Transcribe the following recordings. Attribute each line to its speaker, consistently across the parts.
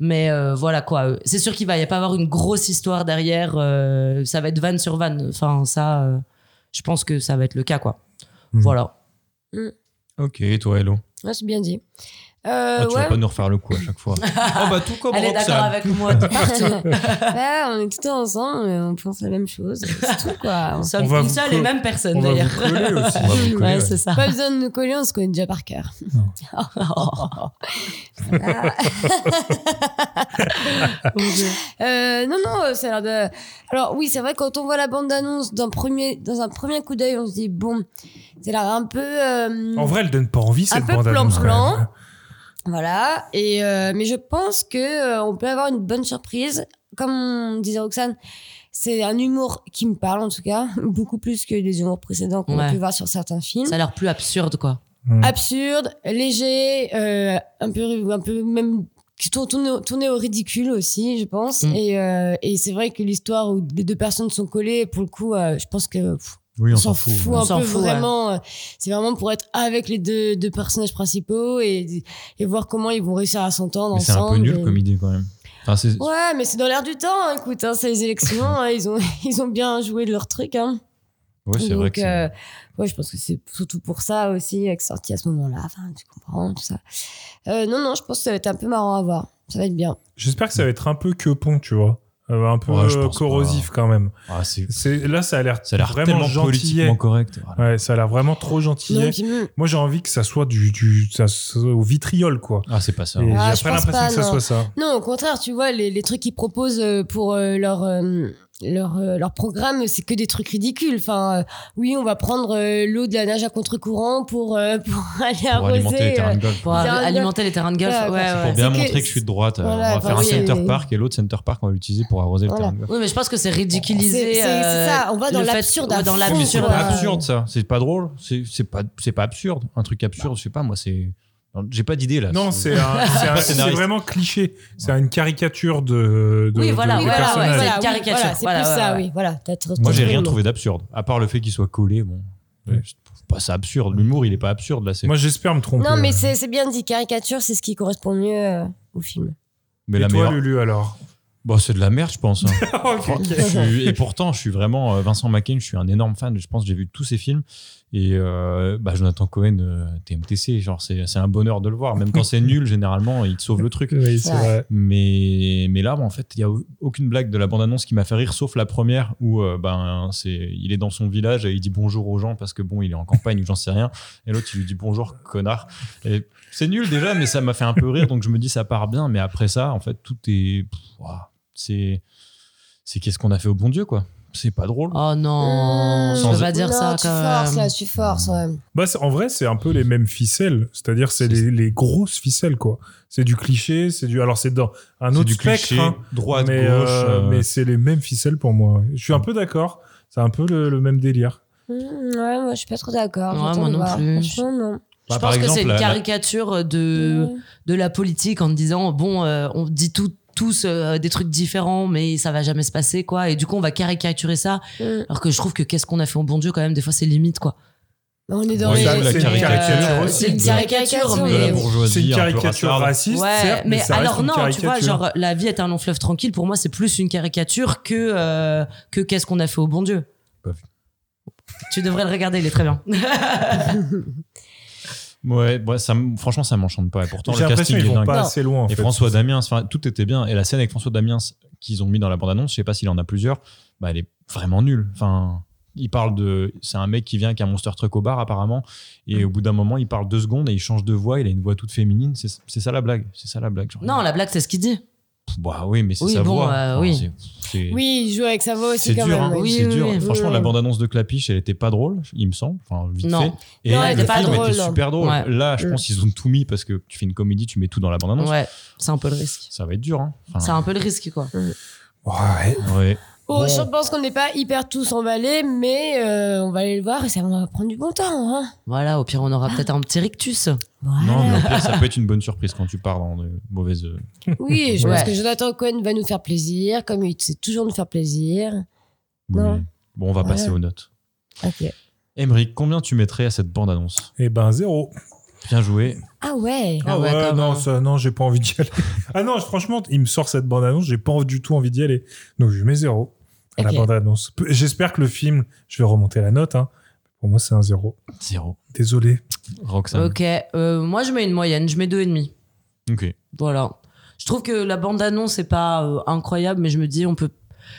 Speaker 1: Mais euh, voilà quoi. Euh, C'est sûr qu'il va y a pas avoir une grosse histoire derrière. euh, ça va être vanne sur vanne. Enfin, ça, euh, je pense que ça va être le cas, quoi.
Speaker 2: Mm.
Speaker 1: Voilà.
Speaker 3: Ok, toi, Hello.
Speaker 4: Ouais, Ah, c'est bien dit. Euh,
Speaker 3: Ah, tu
Speaker 4: ouais.
Speaker 3: vas pas nous refaire le coup à chaque fois. oh bah tout comme
Speaker 1: Elle est
Speaker 3: Roxane.
Speaker 1: d'accord avec moi de partout.
Speaker 4: Ouais, on est tout le temps ensemble, euh, on pense la même chose. C'est tout, quoi.
Speaker 1: Nous sommes
Speaker 2: On va
Speaker 1: une
Speaker 2: vous
Speaker 1: seule
Speaker 2: co-
Speaker 1: et même personne
Speaker 2: on va vous
Speaker 1: d'ailleurs.
Speaker 2: coller aussi.
Speaker 3: On va vous coller,
Speaker 1: ouais,
Speaker 3: ouais.
Speaker 1: c'est ça.
Speaker 4: Pas besoin de nous coller, on se connaît déjà par cœur. Voilà. Euh, non, non, euh, ça a l'air de. Alors, oui, c'est vrai, quand on voit la bande-annonce d'un premier, dans un premier coup d'œil, on se dit, bon, ça a l'air un peu. euh,
Speaker 2: En vrai, elle donne pas envie cette
Speaker 4: peu
Speaker 2: bande annonce.
Speaker 4: plan-plan. Voilà. Et euh, mais je pense que euh, on peut avoir une bonne surprise, comme disait Roxane. C'est un humour qui me parle en tout cas, beaucoup plus que les humours précédents qu'on a
Speaker 1: Ouais.
Speaker 4: pu voir sur certains films.
Speaker 1: Ça a l'air plus absurde, quoi.
Speaker 4: Absurde, léger, euh, un peu, un peu même qui tourne- tourne au- tourné au ridicule aussi, je pense.
Speaker 1: Mm.
Speaker 4: Et, euh, et c'est vrai que l'histoire où les deux personnes sont collées, pour le coup, euh, je pense que pff,
Speaker 3: Oui,
Speaker 4: on
Speaker 3: on
Speaker 4: s'en
Speaker 3: s'en fout.
Speaker 4: fout,
Speaker 1: ouais. On
Speaker 4: un
Speaker 1: s'en
Speaker 4: peu
Speaker 1: fout, ouais.
Speaker 4: vraiment. euh, C'est vraiment pour être avec les deux, deux personnages principaux et, et voir comment ils vont réussir à s'entendre
Speaker 3: Mais c'est un
Speaker 4: ensemble.
Speaker 3: peu nul
Speaker 4: et-
Speaker 3: comme idée quand même. Enfin, c'est-
Speaker 4: Ouais, mais c'est dans l'air du temps, hein, écoute, hein, c'est les élections, hein, ils, ont, ils ont bien joué de leur truc. Hein.
Speaker 3: ouais, c'est
Speaker 4: Donc,
Speaker 3: vrai que c'est-
Speaker 4: euh, ouais, je pense que c'est surtout pour ça aussi euh, que c'est sorti à ce moment-là. Enfin, tu comprends, tout ça. Euh, non, non, je pense que ça va être un peu marrant à voir. Ça va être bien.
Speaker 2: J'espère que ça va être un peu que pont, tu vois. Euh, un peu
Speaker 3: Ouais, je pense
Speaker 2: corrosif quand même.
Speaker 3: Ah, c'est-
Speaker 2: C'est là, ça a l'air
Speaker 3: ça a l'air
Speaker 2: vraiment
Speaker 3: tellement
Speaker 2: gentillet.
Speaker 3: politiquement correct. Voilà.
Speaker 2: Ouais, ça a l'air vraiment trop gentillet.
Speaker 4: Non, puis, mm,
Speaker 2: Moi, j'ai envie que ça soit du, du ça soit au vitriol, quoi.
Speaker 3: Ah, c'est pas ça.
Speaker 2: Et
Speaker 4: Ah, je
Speaker 2: j'ai pas
Speaker 4: pense
Speaker 2: l'impression
Speaker 4: pas,
Speaker 2: que ça
Speaker 4: non.
Speaker 2: soit ça.
Speaker 4: non, au contraire, tu vois, les, les trucs qu'ils proposent euh, pour euh, leur. euh, leur, euh, leur programme, c'est que des trucs ridicules. Enfin, euh, oui, on va prendre euh, l'eau de la nage à contre-courant pour, euh, pour aller
Speaker 3: Pour
Speaker 4: arroser.
Speaker 3: alimenter les
Speaker 4: euh,
Speaker 3: terrains de golf.
Speaker 1: Pour
Speaker 4: C'est un
Speaker 1: alimenter les terrains de golf.
Speaker 4: Ouais,
Speaker 1: Ouais,
Speaker 4: ouais.
Speaker 1: ouais.
Speaker 3: Pour bien
Speaker 4: c'est que-
Speaker 3: montrer que, je suis de droite. euh,
Speaker 4: Voilà, bah
Speaker 3: on va faire un
Speaker 4: oui.
Speaker 3: center park et l'autre center park, on va l'utiliser pour arroser
Speaker 4: Voilà.
Speaker 3: le terrain de golf.
Speaker 1: Oui, mais je pense que c'est ridiculiser.
Speaker 4: C'est- c'est- c'est
Speaker 1: euh,
Speaker 4: ça, on va dans
Speaker 1: le fait-
Speaker 4: l'absurde
Speaker 1: ouais,
Speaker 4: à
Speaker 1: dans
Speaker 4: fond,
Speaker 3: Oui, mais c'est
Speaker 1: l'absurde.
Speaker 3: pas
Speaker 4: Ouais.
Speaker 3: absurde ça. C'est pas drôle. C'est c'est pas, c'est pas absurde. Un truc absurde, je sais pas, moi, c'est. J'ai pas d'idée là.
Speaker 2: Non, c'est un- c'est un- c'est
Speaker 3: scénariste.
Speaker 2: vraiment cliché. C'est une caricature de, de,
Speaker 1: Oui,
Speaker 2: de-
Speaker 1: voilà, oui, voilà,
Speaker 2: du
Speaker 1: ouais,
Speaker 2: personnage.
Speaker 1: voilà. caricature.
Speaker 4: Voilà, c'est
Speaker 1: Voilà,
Speaker 4: plus
Speaker 1: ouais,
Speaker 4: ça,
Speaker 1: ouais.
Speaker 4: oui. Voilà, t'as tr-
Speaker 3: Moi, j'ai
Speaker 4: trouvé
Speaker 3: rien
Speaker 4: le mot.
Speaker 3: trouvé d'absurde. À part le fait qu'il soit collé, bon.
Speaker 2: Ouais.
Speaker 3: Je trouve pas ça absurde. L'humour, il est pas absurde là. c'est-
Speaker 2: Moi, j'espère me tromper. hein.
Speaker 4: Non, mais c'est c'est bien dit. Caricature, c'est ce qui correspond mieux euh, au film.
Speaker 3: Mais
Speaker 2: Et
Speaker 3: la
Speaker 2: toi,
Speaker 3: meilleure.
Speaker 2: Lulu, alors Ah,
Speaker 3: Bon, c'est de la merde, je pense. hein.
Speaker 2: Ok.
Speaker 3: Je suis- et pourtant, je suis vraiment euh, Vincent McCain, je suis un énorme fan. Je pense que j'ai vu tous ses films. Et euh, bah, Jonathan Cohen, euh, TMTC, genre, c'est c'est un bonheur de le voir. Même quand c'est nul, généralement, il te sauve le truc.
Speaker 2: Oui, c'est
Speaker 4: Ouais.
Speaker 2: vrai.
Speaker 3: Mais, mais là, bon, en fait, il n'y a au- aucune blague de la bande-annonce qui m'a fait rire, sauf la première où euh, ben, c'est, il est dans son village et il dit bonjour aux gens parce que bon, il est en campagne ou j'en sais rien. Et l'autre, il lui dit bonjour, connard. Et c'est nul déjà, mais ça m'a fait un peu rire. Donc je me dis, ça part bien. Mais après ça, en fait, tout est. pff, ouah, c'est, c'est qu'est-ce qu'on a fait au bon Dieu, quoi. C'est pas drôle.
Speaker 1: Oh
Speaker 4: Mmh,
Speaker 1: non, je
Speaker 3: Sans-
Speaker 1: peux pas dire
Speaker 4: Mm. non,
Speaker 1: ça
Speaker 4: tu
Speaker 1: quand
Speaker 4: forces,
Speaker 1: même.
Speaker 4: là, tu forces. ouais.
Speaker 2: Bah, c'est- en vrai, c'est un peu les mêmes ficelles. C'est-à-dire, c'est les, les grosses ficelles, quoi. C'est du cliché, c'est du. Alors, c'est dans un
Speaker 3: C'est
Speaker 2: autre
Speaker 3: du
Speaker 2: spectre.
Speaker 3: cliché,
Speaker 2: hein,
Speaker 3: droite,
Speaker 2: mais,
Speaker 3: gauche.
Speaker 2: euh,
Speaker 3: euh,
Speaker 2: mais c'est les mêmes ficelles pour moi. ouais. Je suis un peu d'accord. C'est un peu le, le même délire.
Speaker 4: Mmh, ouais, moi, je suis pas trop d'accord.
Speaker 1: Ouais,
Speaker 4: J'attends
Speaker 1: moi
Speaker 4: de
Speaker 1: non
Speaker 4: voir.
Speaker 1: plus.
Speaker 4: Franchement, non. Mmh,
Speaker 3: bah,
Speaker 1: je
Speaker 3: par
Speaker 1: pense que c'est
Speaker 3: exemple,
Speaker 1: une
Speaker 3: la- la-
Speaker 1: caricature euh, de, de la politique en disant bon, euh, on dit tout- tous euh, des trucs différents, mais ça va jamais se passer quoi. Et du coup, on va caricaturer ça.
Speaker 4: Mmh.
Speaker 1: Alors que je trouve que qu'est-ce qu'on a fait au bon Dieu quand même, des fois c'est limite quoi.
Speaker 4: On est dans
Speaker 3: Ouais,
Speaker 4: les-
Speaker 3: ça, la
Speaker 4: mais,
Speaker 2: caricature
Speaker 4: euh,
Speaker 2: aussi.
Speaker 4: C'est une caricature,
Speaker 1: De
Speaker 3: de la
Speaker 4: mais.
Speaker 3: bourgeoisie,
Speaker 2: C'est une
Speaker 3: un peu
Speaker 2: caricature
Speaker 3: rassarde.
Speaker 2: raciste,
Speaker 1: Ouais,
Speaker 2: certes,
Speaker 1: mais,
Speaker 2: ça reste
Speaker 1: alors
Speaker 2: une
Speaker 1: non, tu vois,
Speaker 2: caricature.
Speaker 1: genre la vie est un long fleuve tranquille. Pour moi, c'est plus une caricature que euh, que qu'est-ce qu'on a fait au bon Dieu.
Speaker 3: Pas vu.
Speaker 1: Tu devrais le regarder, il est très bien.
Speaker 3: Ouais, ouais, ça, m- franchement, ça m'enchante pas. Et pourtant,
Speaker 2: J'ai
Speaker 3: le casting
Speaker 2: l'impression
Speaker 3: est
Speaker 2: qu'ils vont
Speaker 3: dingue.
Speaker 2: pas assez loin. en
Speaker 3: Et
Speaker 2: fait.
Speaker 3: François Damiens, enfin, tout était bien. Et la scène avec François Damiens qu'ils ont mis dans la bande-annonce, je sais pas s'il en a plusieurs, bah, elle est vraiment nulle. Enfin, il parle de. C'est un mec qui vient avec un monster truck au bar, apparemment. Et au bout d'un moment, il parle deux secondes et il change de voix. Il a une voix toute féminine. C'est c'est ça la blague. C'est ça la blague. genre.
Speaker 1: non, la blague, c'est ce qu'il dit.
Speaker 3: Bah oui, mais c'est
Speaker 1: Oui,
Speaker 3: sa
Speaker 1: bon,
Speaker 3: voix.
Speaker 1: euh,
Speaker 3: Enfin,
Speaker 1: oui.
Speaker 3: c'est- c'est-
Speaker 4: Oui, il joue avec sa voix
Speaker 3: C'est
Speaker 4: aussi quand
Speaker 3: dur,
Speaker 4: même.
Speaker 3: hein.
Speaker 4: oui.
Speaker 3: c'est dur. Franchement,
Speaker 4: oui.
Speaker 3: la bande-annonce de Clapiche, elle était pas drôle, il me semble. Enfin, vite
Speaker 1: Non.
Speaker 3: fait. Et
Speaker 1: Non, elle
Speaker 3: le
Speaker 1: était pas
Speaker 3: film
Speaker 1: drôle,
Speaker 3: était
Speaker 1: non.
Speaker 3: super drôle.
Speaker 1: Ouais.
Speaker 3: Là, je
Speaker 1: Mm.
Speaker 3: pense qu'ils ont tout mis parce que tu fais une comédie, tu mets tout dans la bande-annonce.
Speaker 1: Ouais, c'est un peu le risque.
Speaker 3: Ça va être dur. Hein. Enfin,
Speaker 1: C'est un peu le risque, quoi.
Speaker 2: Ouais.
Speaker 3: ouais.
Speaker 4: Oh, Je pense qu'on n'est pas hyper tous emballés, mais euh, on va aller le voir et ça va prendre du bon temps. Hein.
Speaker 1: Voilà, au pire, on aura peut-être un petit rictus.
Speaker 3: Non, mais au pire, ça peut être une bonne surprise quand tu pars dans de mauvaises. euh,
Speaker 4: Oui, je pense
Speaker 1: Ouais.
Speaker 4: que Jonathan Cohen va nous faire plaisir, comme il sait toujours nous faire plaisir. Non.
Speaker 3: Oui. Bon, on va passer
Speaker 4: Ouais.
Speaker 3: aux notes.
Speaker 4: Ok.
Speaker 3: Emeric, combien tu mettrais à cette bande-annonce
Speaker 2: Et ben zéro.
Speaker 3: Bien joué.
Speaker 4: Ah ouais.
Speaker 1: Ah ouais, quand
Speaker 2: non,
Speaker 1: même.
Speaker 2: ça, non, j'ai pas envie d'y aller. Ah non, franchement, il me sort cette bande-annonce, j'ai pas du tout envie d'y aller. Donc je mets zéro à
Speaker 1: Ok.
Speaker 2: la bande-annonce. Peu- J'espère que le film, je vais remonter la note. hein. Pour moi, c'est un zéro.
Speaker 3: Zéro.
Speaker 2: Désolé.
Speaker 3: Roxane.
Speaker 1: Ok, euh, moi, je mets une moyenne, je mets deux et demi.
Speaker 3: Ok.
Speaker 1: Voilà. Je trouve que la bande-annonce n'est pas euh, incroyable, mais je me dis, on peut.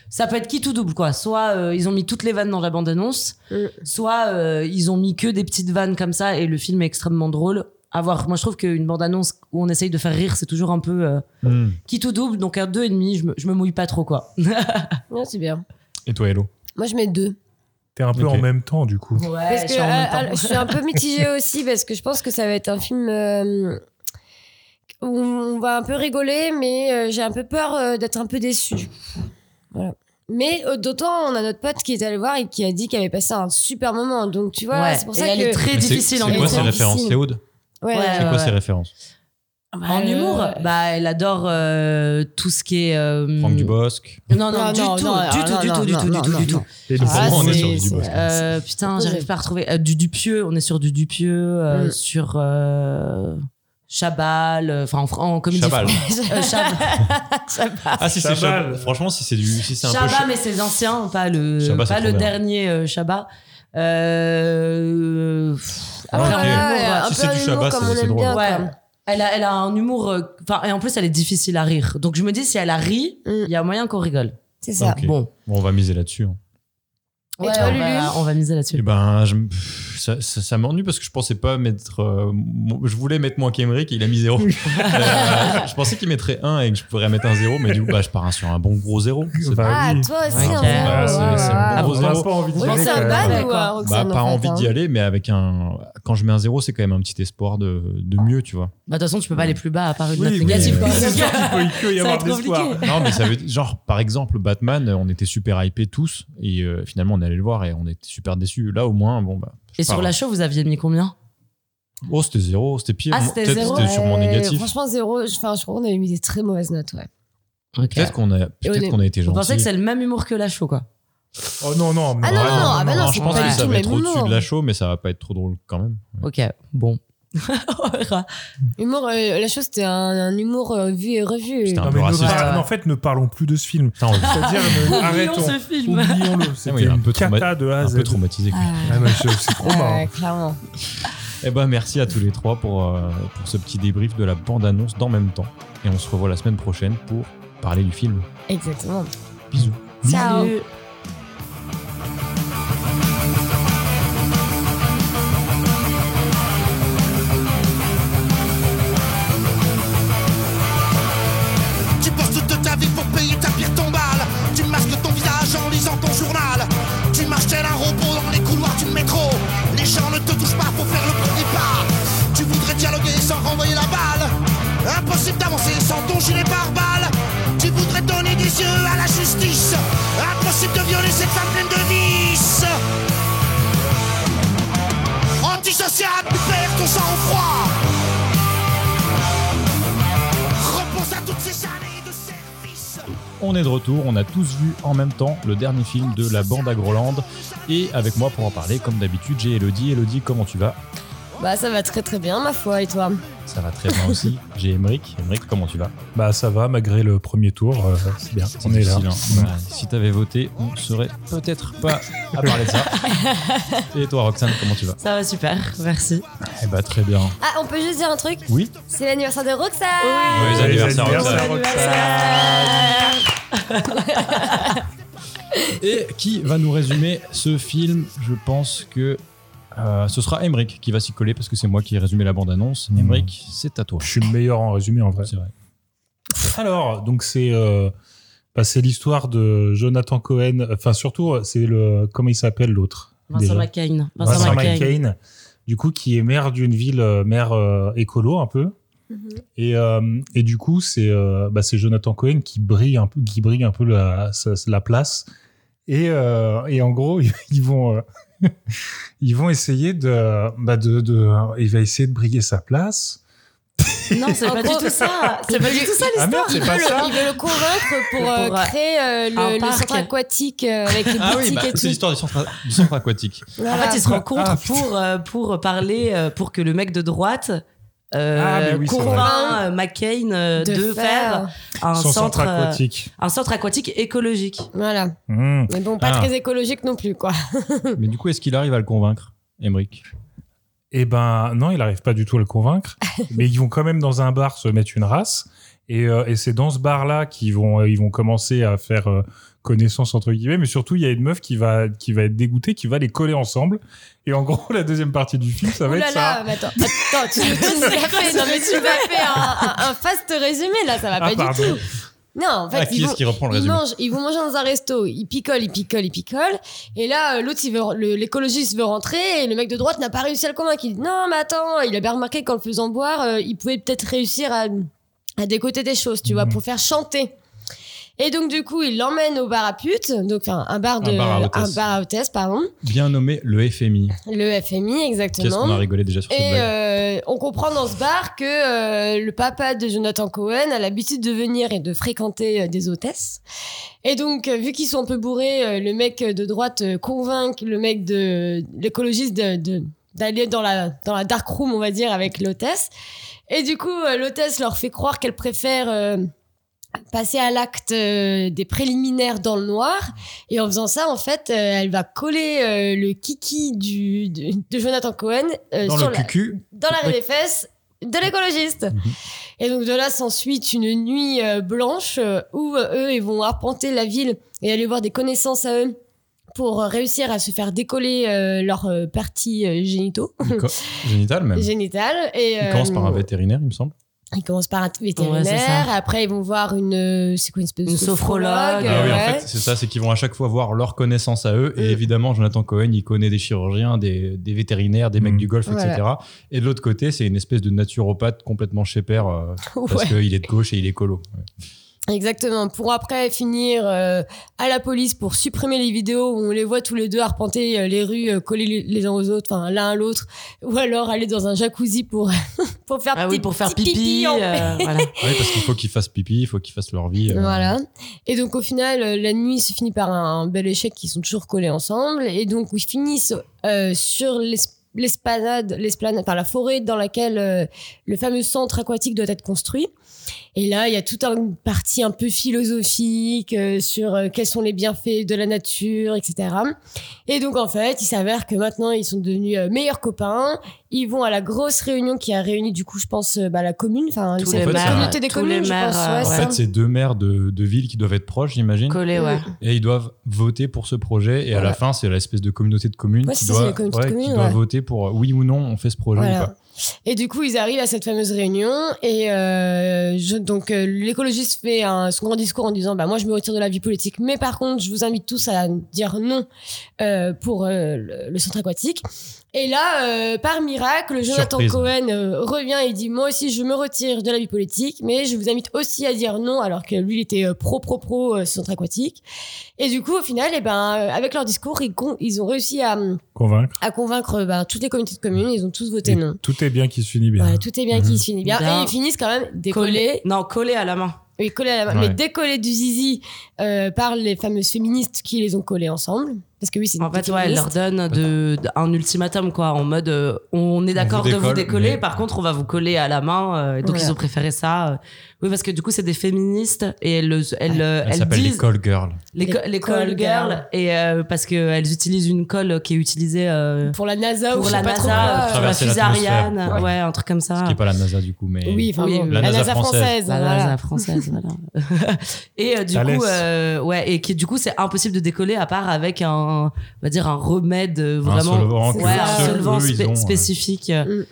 Speaker 1: Ça peut être qui tout double, quoi. Soit euh, ils ont mis toutes les vannes dans la bande-annonce,
Speaker 4: Euh.
Speaker 1: soit euh, ils ont mis que des petites vannes comme ça et le film est extrêmement drôle. À voir. Moi, je trouve qu'une bande-annonce où on essaye de faire rire, c'est toujours un peu euh,
Speaker 3: Hmm.
Speaker 1: qui tout double. Donc, à deux et demi, je me, je me mouille pas trop, quoi.
Speaker 4: Ouais, c'est bien.
Speaker 3: Et toi, Hello
Speaker 4: Moi, je mets deux.
Speaker 2: T'es un peu
Speaker 3: Ok.
Speaker 2: en même temps, du coup.
Speaker 4: parce que euh, euh, je suis un peu mitigée aussi parce que je pense que ça va être un film euh, où on va un peu rigoler, mais euh, j'ai un peu peur euh, d'être un peu déçue. Voilà. Mais euh, d'autant, on a notre pote qui est allé voir et qui a dit qu'il avait passé un super moment. Donc, tu vois,
Speaker 1: Ouais.
Speaker 4: c'est pour
Speaker 1: Et
Speaker 4: ça
Speaker 1: elle
Speaker 4: que.
Speaker 1: est très
Speaker 3: Mais c'est-
Speaker 1: difficile en
Speaker 3: C'est quoi
Speaker 4: humour.
Speaker 3: ces références
Speaker 4: Difficile.
Speaker 3: C'est Aude
Speaker 4: Ouais,
Speaker 1: Ouais.
Speaker 3: C'est quoi ces références
Speaker 1: En
Speaker 4: Euh,
Speaker 1: humour, bah, elle adore euh, tout ce qui est. euh,
Speaker 3: Franck Dubosc.
Speaker 1: Non, non,
Speaker 4: Ah,
Speaker 1: du
Speaker 4: non,
Speaker 1: tout,
Speaker 4: non,
Speaker 1: du
Speaker 4: ah,
Speaker 1: tout,
Speaker 4: non,
Speaker 1: du
Speaker 4: non,
Speaker 1: tout, du
Speaker 4: non,
Speaker 1: tout,
Speaker 4: non,
Speaker 1: du tout,
Speaker 4: non,
Speaker 1: du tout.
Speaker 3: Et
Speaker 4: Ah,
Speaker 3: pour moi, on est
Speaker 4: c'est-
Speaker 3: sur du Dubosc.
Speaker 4: c'est-
Speaker 1: Euh, putain,
Speaker 4: Opposé.
Speaker 1: j'arrive pas à retrouver. Euh, du Dupieux, on est sur du Dupieux, euh,
Speaker 4: Mm.
Speaker 1: sur euh, Chabal, euh, enfin en, fr- en comédie.
Speaker 3: Chabal.
Speaker 1: française. Euh, Chab-
Speaker 3: Ah, si c'est
Speaker 2: Chabal.
Speaker 3: Chabal. Franchement, si c'est du, si c'est un peu.
Speaker 1: Chabat, mais c'est anciens, pas le,
Speaker 3: Chabat, c'est
Speaker 1: pas
Speaker 3: trop
Speaker 1: le
Speaker 3: bien.
Speaker 1: dernier euh, Chabat. Euh, pff,
Speaker 4: Ah,
Speaker 1: après,
Speaker 3: ok.
Speaker 1: en
Speaker 4: voilà,
Speaker 1: humour,
Speaker 4: un
Speaker 3: Si
Speaker 4: peu
Speaker 3: c'est du
Speaker 4: un humour
Speaker 3: Shabbat,
Speaker 4: comme
Speaker 3: c'est-
Speaker 4: on
Speaker 3: c'est
Speaker 4: aime
Speaker 3: drôle.
Speaker 4: bien.
Speaker 1: Ouais.
Speaker 4: quoi.
Speaker 1: Elle a, elle a un humour. euh, Enfin, et en plus, elle est difficile à rire. Donc, je me dis, si elle a ri,
Speaker 4: Mm.
Speaker 1: il y a moyen qu'on rigole.
Speaker 4: C'est ça.
Speaker 3: Ok.
Speaker 1: Bon.
Speaker 3: Bon, on va miser là-dessus. hein.
Speaker 4: Et toi,
Speaker 1: on,
Speaker 4: Lulu
Speaker 1: va, on va miser
Speaker 3: Eh
Speaker 1: là-dessus.
Speaker 3: ben, je- pff, ça, ça- ça m'ennuie parce que je pensais pas mettre. euh, mo- je voulais mettre moins qu'Emeric et il a mis zéro. Euh, je pensais qu'il mettrait un et que je pourrais mettre un zéro, mais du coup, bah, je pars sur un bon gros zéro. C'est-
Speaker 2: Bah
Speaker 4: Ah,
Speaker 2: oui.
Speaker 4: toi aussi,
Speaker 1: Ouais,
Speaker 4: un
Speaker 1: ok.
Speaker 4: zéro,
Speaker 1: Bah,
Speaker 3: c'est-
Speaker 4: ouais,
Speaker 3: c'est
Speaker 4: ouais.
Speaker 3: un
Speaker 2: Ah,
Speaker 3: gros
Speaker 2: on
Speaker 3: zéro.
Speaker 2: a pas envie d'y
Speaker 4: Oui,
Speaker 2: aller.
Speaker 4: c'est un
Speaker 2: quand
Speaker 1: bal.
Speaker 2: même.
Speaker 4: bad ou
Speaker 1: D'accord.
Speaker 4: un
Speaker 3: Bah,
Speaker 4: Roxane,
Speaker 3: pas
Speaker 4: en fait,
Speaker 3: envie
Speaker 4: hein.
Speaker 3: d'y aller, mais avec un. Quand je mets un zéro, c'est quand même un petit espoir de, de mieux, tu vois.
Speaker 1: Bah, De toute façon, tu peux pas aller plus bas à part une
Speaker 2: Oui,
Speaker 1: note
Speaker 2: oui.
Speaker 1: négative. quoi.
Speaker 2: C'est sûr qu'il peut- il peut y
Speaker 1: Ça va
Speaker 2: avoir
Speaker 1: être
Speaker 2: de l'espoir.
Speaker 1: compliqué.
Speaker 3: Non, mais ça veut dire, genre, par exemple, Batman, on était super hypés tous, et euh, finalement, on allait le voir et on était super déçus. Là, au moins, bon, bah. je
Speaker 1: Et sur
Speaker 3: pars.
Speaker 1: la show, vous aviez mis combien
Speaker 3: Oh, c'était zéro, c'était pire.
Speaker 1: Ah, c'était
Speaker 3: Peut-être
Speaker 1: zéro.
Speaker 3: c'était sûrement
Speaker 4: Ouais,
Speaker 3: négatif.
Speaker 4: Franchement, zéro. je- Enfin, je crois qu'on avait mis des très mauvaises notes, ouais.
Speaker 1: Ok.
Speaker 3: Peut-être qu'on a, peut
Speaker 4: honnête.
Speaker 3: qu'on a été
Speaker 1: Vous
Speaker 3: gentil.
Speaker 1: pensez que c'est le même humour que la show, quoi
Speaker 2: Oh non, non.
Speaker 4: Ah non, non, non, ah bah non,
Speaker 3: je
Speaker 4: c'est
Speaker 3: pense
Speaker 4: pas
Speaker 3: que
Speaker 4: du
Speaker 3: ça
Speaker 4: tout
Speaker 3: va
Speaker 4: le
Speaker 3: être
Speaker 4: même
Speaker 3: au-dessus
Speaker 4: humour.
Speaker 3: de la show, mais ça va pas être trop drôle quand même.
Speaker 1: Ok, bon. On verra.
Speaker 4: Humour, euh, la chose, c'était un, un humour euh, vu et revu.
Speaker 3: C'était un
Speaker 2: Non,
Speaker 3: peu
Speaker 2: mais ne
Speaker 3: raciste.
Speaker 2: par-
Speaker 1: Ouais.
Speaker 2: En fait, ne parlons plus de ce film.
Speaker 3: Putain, on-
Speaker 2: C'est-à-dire, ne- arrêtons.
Speaker 1: ce film.
Speaker 2: Oublions-le.
Speaker 3: Ah
Speaker 2: C'était
Speaker 3: oui, un peu
Speaker 2: une
Speaker 3: trauma-
Speaker 2: cata de A à
Speaker 3: un
Speaker 2: Z.
Speaker 3: peu traumatisé. quoi.
Speaker 2: Ah, mais c'est c'est trop
Speaker 4: Ah,
Speaker 2: marrant.
Speaker 4: clairement.
Speaker 3: Eh ben, merci à tous les trois pour, euh, pour ce petit débrief de la bande-annonce d'en même temps. Et on se revoit la semaine prochaine pour parler du film.
Speaker 4: Exactement.
Speaker 3: Bisous.
Speaker 4: Ciao.
Speaker 5: Tu passes toute ta vie pour payer ta pire tombale. Tu masques ton visage en lisant ton journal. Tu marches tel un robot dans les couloirs du métro. Les gens ne te touchent pas pour faire le premier pas. Tu voudrais dialoguer sans renvoyer la balle. Impossible d'avancer sans ton gilet pare-balles. Tu voudrais donner des yeux à la justice. Impossible de violer cette femme pleine de vices. Antisocial, tu perds ton sang-froid. Repense à toutes ces années de service.
Speaker 3: On est de retour, on a tous vu en même temps le dernier film de la bande à Groland. Et avec moi pour en parler, comme d'habitude, j'ai Elodie. Elodie, comment tu vas
Speaker 4: Bah, ça va très très bien, ma foi, et toi
Speaker 3: Ça va très bien aussi. J'ai Emeric. Emeric, comment tu vas
Speaker 2: Bah ça va malgré le premier tour, euh, c'est bien,
Speaker 3: C'est
Speaker 2: on est là.
Speaker 3: difficile, hein. Ouais, Si t'avais voté, on serait peut-être pas à parler de ça. Et toi, Roxane, comment tu vas
Speaker 1: Ça va super, merci.
Speaker 3: Eh
Speaker 2: ben,
Speaker 3: bah très bien.
Speaker 4: Ah, on peut juste dire un truc
Speaker 3: Oui.
Speaker 4: C'est l'anniversaire de Roxane
Speaker 3: Joyeux
Speaker 2: Joyeux
Speaker 3: anniversaire,
Speaker 2: anniversaire,
Speaker 3: Roxane. Et qui va nous résumer ce film Je pense que euh, ce sera Emric qui va s'y coller parce que c'est moi qui ai résumé la bande-annonce.
Speaker 2: Mhm.
Speaker 3: Emric, c'est à toi.
Speaker 2: Je suis le meilleur en résumé en vrai.
Speaker 3: C'est vrai.
Speaker 2: Alors, donc c'est euh, bah, c'est l'histoire de Jonathan Cohen. Enfin, surtout, euh, c'est le comment il s'appelle l'autre.
Speaker 1: Vincent
Speaker 2: déjà
Speaker 1: McCain.
Speaker 2: Vincent, McCain. Du coup, qui est maire d'une ville, euh, maire euh, écolo un peu. Et, euh, et du coup, c'est euh, bah, c'est Jonathan Cohen qui brille un peu, qui brille un peu la, sa- la place. Et, euh, et en gros, ils vont, euh, ils vont essayer de, bah, de, de- il va essayer de briller sa place.
Speaker 1: Non, c'est
Speaker 4: En
Speaker 1: pas
Speaker 4: gros,
Speaker 1: du tout ça.
Speaker 4: il
Speaker 1: C'est pas
Speaker 4: veut
Speaker 1: du
Speaker 4: lui-
Speaker 1: tout ça
Speaker 2: Ah
Speaker 1: l'histoire.
Speaker 2: merde, c'est pas ça.
Speaker 4: Il veut le convaincre pour,
Speaker 1: Pour,
Speaker 4: euh,
Speaker 1: euh,
Speaker 4: créer euh,
Speaker 1: un
Speaker 4: le, le
Speaker 1: parc.
Speaker 4: centre aquatique euh, avec les
Speaker 3: Ah oui,
Speaker 4: boutiques
Speaker 3: bah,
Speaker 4: et
Speaker 3: c'est
Speaker 4: tout.
Speaker 3: l'histoire du centre, du centre aquatique.
Speaker 1: En
Speaker 4: Voilà.
Speaker 1: fait, ils se rencontrent
Speaker 2: Ah,
Speaker 1: pour, euh, pour parler, euh, pour que le mec de droite
Speaker 2: Ah, mais
Speaker 1: euh,
Speaker 2: oui, c'est
Speaker 1: convainc euh, McCain euh, de, faire, un
Speaker 2: Son
Speaker 1: centre,
Speaker 2: centre
Speaker 1: euh,
Speaker 2: aquatique.
Speaker 1: un centre aquatique écologique.
Speaker 4: Voilà.
Speaker 2: Mmh.
Speaker 4: Mais bon, pas
Speaker 3: Ah.
Speaker 4: très écologique non plus, quoi.
Speaker 3: Mais du coup, est-ce qu'il arrive à le convaincre, Emmerich
Speaker 2: Eh ben non, il n'arrive pas du tout à le convaincre. mais ils vont quand même dans un bar se mettre une race. Et, euh, et c'est dans ce bar-là qu'ils vont, euh, ils vont commencer à faire euh, connaissance entre guillemets. Mais surtout, il y a une meuf qui va, qui va être dégoûtée, qui va les coller ensemble. Et en gros, la deuxième partie du film, ça
Speaker 4: Ouh
Speaker 2: va
Speaker 4: là
Speaker 2: être ça.
Speaker 4: là, mais attends, attends, tu, tu nous as fait, non, mais tu nous as fait un, un- un fast résumé là, ça va
Speaker 2: Ah,
Speaker 4: pas
Speaker 2: pardon.
Speaker 4: du tout. Non, en fait,
Speaker 3: Ah, qui
Speaker 4: ils,
Speaker 3: est-ce
Speaker 4: vont,
Speaker 3: qui reprend le
Speaker 4: ils,
Speaker 3: résumé
Speaker 4: mangent, ils vont manger dans un resto, ils picolent, ils picolent, ils picolent. Et là, euh, l'autre, il veut- le- l'écologiste veut rentrer et le mec de droite n'a pas réussi à le convaincre. Il dit non, mais attends, il a bien remarqué qu'en le faisant boire, euh, il pouvait peut-être réussir à, à décoter des choses, tu vois,
Speaker 2: Mhm.
Speaker 4: pour faire chanter. Et donc, du coup, il l'emmène au bar à pute, donc enfin, un bar de.
Speaker 3: bar à hôtesse.
Speaker 4: un bar à hôtesse, pardon.
Speaker 3: Bien nommé le FMI.
Speaker 4: Le FMI, exactement.
Speaker 3: Qu'est-ce qu'on a rigolé déjà sur cette
Speaker 4: Et
Speaker 3: blague
Speaker 4: euh, on comprend dans ce bar que euh, le papa de Jonathan Cohen a l'habitude de venir et de fréquenter euh, des hôtesses. Et donc, euh, vu qu'ils sont un peu bourrés, euh, le mec de droite euh, convainc le mec de l'écologiste de- de- d'aller dans la, dans la dark room, on va dire, avec l'hôtesse. Et du coup, euh, l'hôtesse leur fait croire qu'elle préfère euh, passer à l'acte euh, des préliminaires dans le noir. Et en faisant ça, en fait, euh, elle va coller euh, le kiki du, de, de Jonathan Cohen euh,
Speaker 3: Dans
Speaker 4: sur
Speaker 3: le
Speaker 4: la-
Speaker 3: cucu,
Speaker 4: dans la des fesses de l'écologiste.
Speaker 3: Mhm.
Speaker 4: Et donc de là s'ensuit une nuit euh, blanche euh, où euh, eux ils vont arpenter la ville et aller voir des connaissances à eux pour euh, réussir à se faire décoller euh, leurs euh, parties euh, génitaux,
Speaker 3: du co- génital même.
Speaker 4: génitales. Et,
Speaker 3: Il commence par un
Speaker 4: euh,
Speaker 3: vétérinaire, il me semble.
Speaker 4: Ils commencent par un vétérinaire.
Speaker 1: Ouais, c'est ça.
Speaker 4: après ils vont voir une, euh, c'est quoi une espèce
Speaker 1: Une
Speaker 4: de
Speaker 1: sophrologue,
Speaker 3: Ah oui, en
Speaker 4: ouais.
Speaker 3: fait, c'est ça, c'est qu'ils vont à chaque fois voir leurs connaissances à eux. Et
Speaker 4: Mm.
Speaker 3: évidemment, Jonathan Cohen, il connaît des chirurgiens, des, des vétérinaires, des mecs
Speaker 2: Mm.
Speaker 3: du golf, etc.
Speaker 4: Voilà.
Speaker 3: Et de l'autre côté, c'est une espèce de naturopathe complètement chez père euh, parce
Speaker 4: Ouais.
Speaker 3: qu'il est de gauche et il est colo. Ouais.
Speaker 4: Exactement, pour après finir euh, à la police pour supprimer les vidéos où on les voit tous les deux arpenter euh, les rues, euh, coller les- les uns aux autres, enfin l'un à l'autre, ou alors aller dans un jacuzzi pour, pour faire,
Speaker 1: Ah oui,
Speaker 4: petit-
Speaker 1: pour faire
Speaker 4: petit
Speaker 1: pipi.
Speaker 4: en-
Speaker 1: euh,
Speaker 3: Ah
Speaker 1: voilà.
Speaker 3: oui, parce qu'il faut qu'ils fassent pipi, il faut qu'ils fassent leur vie. euh.
Speaker 4: Voilà. Et donc au final, euh, la nuit se finit par un, un bel échec, ils sont toujours collés ensemble, et donc ils finissent euh, sur l'es- l'esplanade, l'esplanade, enfin la forêt dans laquelle euh, le fameux centre aquatique doit être construit. Et là, il y a toute une partie un peu philosophique euh, sur euh, quels sont les bienfaits de la nature, etc. Et donc, en fait, il s'avère que maintenant, ils sont devenus euh, meilleurs copains. Ils vont à la grosse réunion qui a réuni, du coup, je pense, euh, bah, la commune, enfin,
Speaker 1: Tous
Speaker 4: c'est
Speaker 1: les
Speaker 4: la
Speaker 3: maires,
Speaker 4: communauté des
Speaker 1: tous les
Speaker 4: communes, je
Speaker 1: maires,
Speaker 4: pense.
Speaker 1: euh,
Speaker 4: ouais,
Speaker 3: En
Speaker 1: ouais.
Speaker 4: ça.
Speaker 3: fait, c'est deux maires de, de villes qui doivent être proches, j'imagine.
Speaker 1: Collé, ouais.
Speaker 3: Et ils doivent voter pour ce projet. Et à la
Speaker 4: Voilà.
Speaker 3: fin, c'est l'espèce de communauté de communes
Speaker 4: Ouais,
Speaker 3: qui,
Speaker 4: c'est ça,
Speaker 3: doit,
Speaker 4: la communauté de
Speaker 3: ouais, qui
Speaker 4: communes,
Speaker 3: doit
Speaker 4: ouais.
Speaker 3: voter pour euh, oui ou non, on fait ce projet
Speaker 4: Voilà.
Speaker 3: ou pas.
Speaker 4: Et du coup, ils arrivent à cette fameuse réunion et euh, je- donc euh, l'écologiste fait un, son grand discours en disant bah moi je me retire de la vie politique, mais par contre je vous invite tous à dire non euh, pour euh, le, le centre aquatique. Et là, euh, par miracle, Jonathan
Speaker 3: Surprise.
Speaker 4: Cohen euh, revient et dit moi aussi je me retire de la vie politique, mais je vous invite aussi à dire non alors que lui il était euh, pro pro pro euh, centre aquatique. Et du coup, au final, eh ben euh, avec leur discours, ils, con- ils ont réussi à,
Speaker 2: Convaincre.
Speaker 4: à convaincre euh, ben, toutes les communautés de communes, ils ont tous voté
Speaker 2: Et
Speaker 4: non.
Speaker 2: Tout est bien qui se finit bien.
Speaker 4: Voilà, tout est bien qui se finit bien.
Speaker 1: Bien.
Speaker 4: Et ils finissent quand même
Speaker 1: Collé.
Speaker 4: décollés,
Speaker 1: Non, collé à la main.
Speaker 4: oui, collés à la main,
Speaker 3: Ouais.
Speaker 4: mais décollés du zizi euh, par les fameuses féministes qui les ont collés ensemble. Parce que oui, c'est
Speaker 1: En
Speaker 4: des
Speaker 1: fait, ouais, elle
Speaker 4: féministes.
Speaker 1: leur donne de, d- un ultimatum, quoi, en mode euh, on est d'accord
Speaker 3: vous
Speaker 1: de vous
Speaker 3: décolle,
Speaker 1: décoller,
Speaker 3: mais-
Speaker 1: par contre, on va vous coller à la main. euh, donc,
Speaker 4: Voilà.
Speaker 1: ils ont préféré ça. euh. Oui, parce que du coup, c'est des féministes et elles, elles, euh,
Speaker 3: Elle
Speaker 1: elles
Speaker 3: s'appelle
Speaker 1: disent.
Speaker 3: l'école girl.
Speaker 1: Les, co-
Speaker 4: Les
Speaker 1: les call
Speaker 4: call
Speaker 1: girls,
Speaker 4: girls.
Speaker 1: et euh, parce qu'elles utilisent une colle qui est utilisée euh,
Speaker 4: Pour la NASA ou
Speaker 1: pour
Speaker 4: je
Speaker 1: la
Speaker 4: sais pas trop
Speaker 1: NASA,
Speaker 4: quoi, euh,
Speaker 1: pour la
Speaker 3: Traverser
Speaker 1: fusée
Speaker 3: l'atmosphère,
Speaker 1: Ariane,
Speaker 3: ouais.
Speaker 1: ouais. un truc comme ça.
Speaker 3: Ce qui n'est pas la NASA du coup, mais.
Speaker 4: Ah. Oui, enfin,
Speaker 1: Oui,
Speaker 4: bon, la,
Speaker 1: la
Speaker 3: NASA
Speaker 4: NASA française.
Speaker 3: française.
Speaker 1: La
Speaker 4: voilà.
Speaker 1: NASA française, voilà. et euh, du
Speaker 2: Thalès.
Speaker 1: coup, euh, ouais, et qui du coup, c'est impossible de décoller à part avec un, on va dire, un remède euh,
Speaker 3: Un
Speaker 1: vraiment,
Speaker 3: solvant,
Speaker 4: C'est
Speaker 3: que
Speaker 1: ouais, un
Speaker 4: ça.
Speaker 3: seuls
Speaker 1: solvant
Speaker 3: eux, ils
Speaker 1: spé-
Speaker 3: ont, euh,
Speaker 1: spécifique. euh,
Speaker 4: Mm.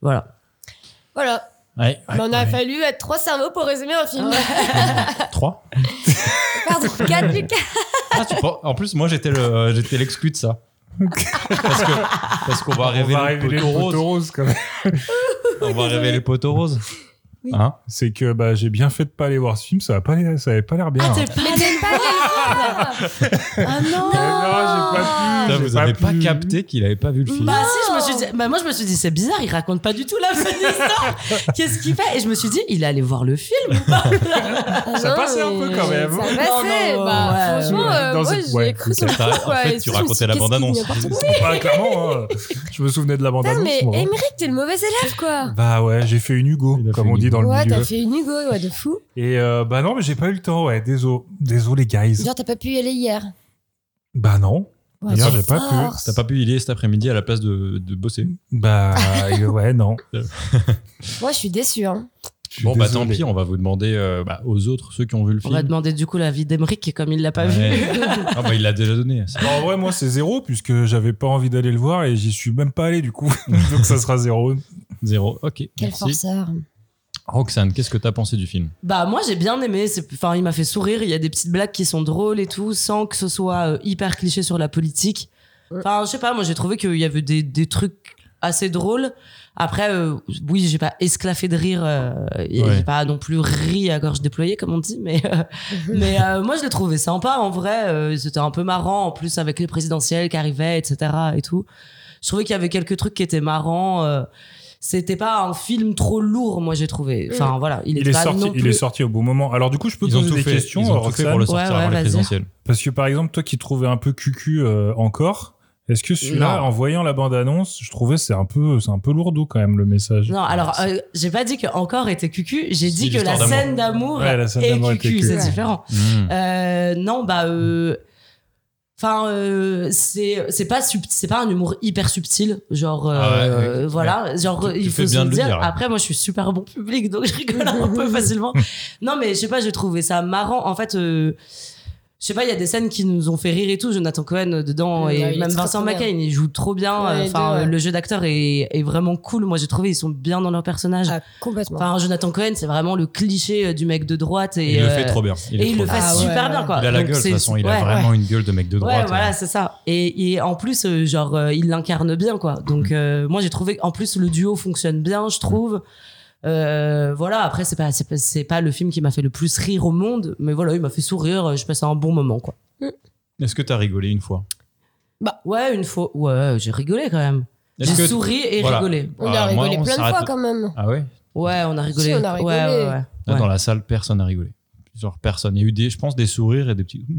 Speaker 1: Voilà.
Speaker 4: Voilà.
Speaker 3: Ouais, ouais,
Speaker 4: Mais on a
Speaker 3: ouais.
Speaker 4: fallu être trois cerveaux pour résumer un
Speaker 1: Ah
Speaker 4: film.
Speaker 3: Trois.
Speaker 4: Pardon, quatre Lucas.
Speaker 3: Ah, tu penses- En plus, moi, j'étais le- j'étais l'exclu de ça. parce que parce qu'on va révéler le poteau rose.
Speaker 2: quand même.
Speaker 3: On va révéler le poteau rose.
Speaker 2: Ah,
Speaker 4: Oui.
Speaker 3: Hein
Speaker 2: c'est que bah, j'ai bien fait de pas aller voir ce film, ça, a pas l'air- ça avait Ah, pas l'air bien.
Speaker 1: t'es
Speaker 4: Mais t'aimes pas les films Ah non
Speaker 2: Eh non, j'ai pas pu.
Speaker 3: Putain,
Speaker 2: j'ai
Speaker 3: vous avez pas
Speaker 2: pu.
Speaker 3: capté qu'il avait pas vu le film.
Speaker 1: Bah si, je me suis dit, bah moi je me suis dit c'est bizarre, il raconte pas du tout la fin de l'histoire. Qu'est-ce qu'il fait Et je me suis dit, il est allé voir le film.
Speaker 2: Ça passait un peu quand même.
Speaker 4: Ah Ça passait.
Speaker 1: Non, non,
Speaker 4: bah,
Speaker 1: ouais,
Speaker 4: franchement,
Speaker 2: ouais.
Speaker 4: euh,
Speaker 2: Dans
Speaker 4: moi,
Speaker 2: une-
Speaker 4: j'y ai
Speaker 2: ouais,
Speaker 4: cru
Speaker 2: ok.
Speaker 4: sur le coup.
Speaker 3: T'as- en
Speaker 4: quoi.
Speaker 3: fait, tu
Speaker 4: Et je me suis
Speaker 3: racontais
Speaker 4: dit,
Speaker 3: la
Speaker 4: qu'est-ce qu'il
Speaker 3: bande-annonce.
Speaker 4: dit n'importe quoi.
Speaker 2: Bah, clairement, hein. je me souvenais de la bande
Speaker 1: Ah,
Speaker 4: Putain,
Speaker 2: annonce.
Speaker 4: mais Émeric, t'es le mauvais élève, quoi.
Speaker 2: Bah ouais, j'ai fait une Hugo,
Speaker 3: Il a fait
Speaker 2: comme on
Speaker 3: une
Speaker 2: dit
Speaker 3: Hugo.
Speaker 2: dans le
Speaker 4: Ouais,
Speaker 2: milieu.
Speaker 4: t'as fait une Hugo, ouais, de fou.
Speaker 2: Et euh, bah non, mais j'ai pas eu le temps, ouais. Désolé, désolé, guys.
Speaker 4: Genre, t'as pas pu y aller hier.
Speaker 2: Bah non.
Speaker 4: Ouais,
Speaker 2: Hier,
Speaker 4: quelle
Speaker 2: j'ai pas pu.
Speaker 4: force.
Speaker 3: T'as pas pu y aller cet après-midi à la place de, de bosser.
Speaker 2: Bah euh, ouais, non.
Speaker 4: Moi, je suis déçue. Hein.
Speaker 2: Je suis
Speaker 3: Bon, bah tant
Speaker 2: désolé.
Speaker 3: pis, on va vous demander euh, bah, aux autres, ceux qui ont vu le
Speaker 1: On
Speaker 3: film.
Speaker 1: va demander du coup l'avis d'Emeric et comme il l'a pas vu.
Speaker 3: Ouais. Ah, bah, il l'a déjà donné.
Speaker 2: Bah, en vrai, moi, c'est zéro, puisque j'avais pas envie d'aller le voir et j'y suis même pas allé du coup. Donc ça sera zéro.
Speaker 3: Zéro. Ok.
Speaker 4: Quel
Speaker 3: merci.
Speaker 4: forceur.
Speaker 3: Roxane, qu'est-ce que t'as pensé du film
Speaker 1: Bah moi j'ai bien aimé, c'est- enfin il m'a fait sourire, il y a des petites blagues qui sont drôles et tout, sans que ce soit euh, hyper cliché sur la politique. Enfin je sais pas, moi j'ai trouvé qu'il y avait des, des trucs assez drôles. Après euh, oui j'ai pas esclaffé de rire, euh, et
Speaker 3: Ouais.
Speaker 1: j'ai pas non plus ri à gorge déployée comme on dit, mais euh, mais euh, moi je l'ai trouvé sympa en vrai, euh, c'était un peu marrant en plus avec les présidentielles qui arrivaient etc et tout. Je trouvais qu'il y avait quelques trucs qui étaient marrants. euh, c'était pas un film trop lourd, moi j'ai trouvé. Enfin voilà, il,
Speaker 2: Il,
Speaker 1: était
Speaker 2: est
Speaker 1: pas
Speaker 2: sorti,
Speaker 1: non
Speaker 2: il
Speaker 1: plus-
Speaker 2: est sorti au bon moment. Alors du coup, je peux
Speaker 3: Ils ont
Speaker 2: poser
Speaker 3: tout
Speaker 2: des
Speaker 3: fait.
Speaker 2: questions, hein,
Speaker 3: ils ont tout fait pour le
Speaker 2: Roxane,
Speaker 3: sortir
Speaker 1: Ouais, ouais,
Speaker 3: avant les
Speaker 1: vas-y.
Speaker 3: présidentielles.
Speaker 2: parce que par exemple, toi qui trouvais un peu cucu euh, encore. Est-ce que celui-là,
Speaker 1: Non.
Speaker 2: en voyant la bande-annonce, je trouvais c'est un peu c'est un peu lourdeau quand même le message.
Speaker 1: Non,
Speaker 3: Ah,
Speaker 1: alors euh, j'ai pas dit que encore était cucu, j'ai
Speaker 3: Si,
Speaker 1: dit que la
Speaker 3: l'histoire d'amour.
Speaker 1: scène d'amour
Speaker 2: Ouais, la scène
Speaker 1: est
Speaker 2: d'amour est
Speaker 1: cucu,
Speaker 2: cucu.
Speaker 1: c'est
Speaker 2: Ouais.
Speaker 1: différent.
Speaker 3: Hmm.
Speaker 1: Euh, non, bah, enfin, euh, c'est c'est pas sub- c'est pas un humour hyper subtil, genre euh,
Speaker 3: Ah ouais, ouais.
Speaker 1: euh, voilà, genre
Speaker 3: Tu- tu
Speaker 1: il
Speaker 3: fais
Speaker 1: faut se
Speaker 3: bien de le
Speaker 1: dire.
Speaker 3: dire.
Speaker 1: Après, moi, je suis super bon public, donc je rigole un peu facilement. Non, mais je sais pas, j'ai trouvé ça marrant. En fait. euh, je sais pas, il y a des scènes qui nous ont fait rire et tout. Jonathan Cohen euh, dedans
Speaker 4: Ouais,
Speaker 1: et
Speaker 4: il est
Speaker 1: même
Speaker 4: trop,
Speaker 1: Vincent
Speaker 4: trop bien.
Speaker 1: McCain, il joue trop bien.
Speaker 4: Ouais, les
Speaker 1: Enfin,
Speaker 4: deux, ouais.
Speaker 1: le jeu d'acteur est, est vraiment cool. Moi, j'ai trouvé ils sont bien dans leur personnage.
Speaker 4: Ah, complètement.
Speaker 1: Enfin, Jonathan Cohen, c'est vraiment le cliché euh, du mec de droite. Et,
Speaker 3: il le
Speaker 1: euh,
Speaker 3: fait trop bien.
Speaker 1: et
Speaker 3: est
Speaker 1: il
Speaker 3: trop
Speaker 1: le fait
Speaker 3: bien.
Speaker 4: Ah ouais,
Speaker 1: super
Speaker 4: ouais.
Speaker 1: bien, quoi.
Speaker 3: Il a la
Speaker 1: Donc,
Speaker 3: gueule, de
Speaker 1: c'est-
Speaker 3: toute façon. Il
Speaker 1: ouais,
Speaker 3: a vraiment une gueule de mec de
Speaker 1: Ouais,
Speaker 3: droite.
Speaker 1: voilà, c'est ça. Et, et en plus, euh, genre, euh, il l'incarne bien, quoi. Donc,
Speaker 3: Mm.
Speaker 1: euh, moi, j'ai trouvé. En plus, le duo fonctionne bien, je trouve. Euh, voilà. Après, c'est pas, c'est pas, c'est pas le film qui m'a fait le plus rire au monde, mais voilà, il m'a fait sourire. euh, Je passais un bon moment, quoi.
Speaker 3: Est-ce que t'as rigolé une fois
Speaker 1: Ouais, une fois. Ouais, j'ai rigolé quand même. J'ai
Speaker 3: Est-ce que-
Speaker 1: souri et
Speaker 3: Voilà.
Speaker 1: rigolé.
Speaker 4: on a
Speaker 3: Ah, moi,
Speaker 4: rigolé
Speaker 3: on
Speaker 4: plein de
Speaker 3: s'arrête-
Speaker 4: fois quand même.
Speaker 3: Ah ouais
Speaker 1: Ouais, on a rigolé.
Speaker 4: on a rigolé.
Speaker 1: Ouais, ouais, ouais.
Speaker 3: Là,
Speaker 1: Ouais.
Speaker 3: Dans la salle, personne n'a rigolé. Genre personne. Il y a eu des, je pense, des sourires et des petits.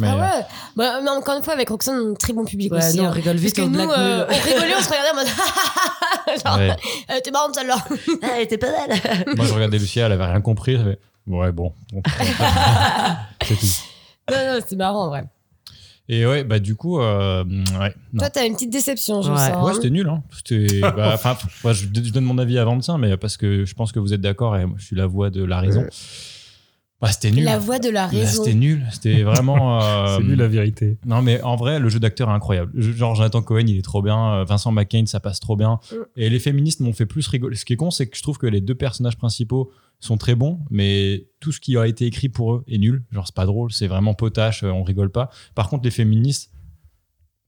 Speaker 3: Mais euh,
Speaker 4: ah ouais bah, mais Encore une fois, avec Roxane, on est très bon public
Speaker 1: Ouais,
Speaker 4: aussi.
Speaker 1: non, on
Speaker 4: hein.
Speaker 1: rigole
Speaker 4: Parce
Speaker 1: vite
Speaker 4: que
Speaker 1: au
Speaker 4: nous,
Speaker 1: Black
Speaker 4: euh,
Speaker 1: Mirror.
Speaker 4: on rigolait, on se regardait en mode Ah, genre,
Speaker 3: Ouais.
Speaker 4: euh, t'es marrante celle-là.
Speaker 1: Ah, elle était pas mal.
Speaker 3: Moi, je regardais Lucia, elle avait rien compris. elle avait, Ouais, bon. bon. c'est tout.
Speaker 4: non, non, c'est marrant, en vrai.
Speaker 3: Et ouais, bah du coup, euh, ouais. non.
Speaker 4: Toi, t'as une petite déception, je
Speaker 1: Ouais.
Speaker 4: sens.
Speaker 3: Ouais,
Speaker 4: hein.
Speaker 3: c'était nul. Hein. C'était- bah, enfin, moi, je, je donne mon avis avant le tien, mais parce que je pense que vous êtes d'accord et moi, je suis la voix de la raison. Bah, c'était nul.
Speaker 4: La voix de la
Speaker 3: Bah,
Speaker 4: raison.
Speaker 3: C'était nul. C'était vraiment. euh,
Speaker 2: c'est lui la vérité.
Speaker 3: Non, mais en vrai, le jeu d'acteur est incroyable. Je- Genre, Jonathan Cohen, il est trop bien. euh, Vincent McCain, ça passe trop bien.
Speaker 4: Mm.
Speaker 3: Et les féministes m'ont fait plus rigoler. Ce qui est con, c'est que je trouve que les deux personnages principaux sont très bons, mais tout ce qui a été écrit pour eux est nul. Genre, c'est pas drôle, c'est vraiment potache, euh, on rigole pas. Par contre, les féministes,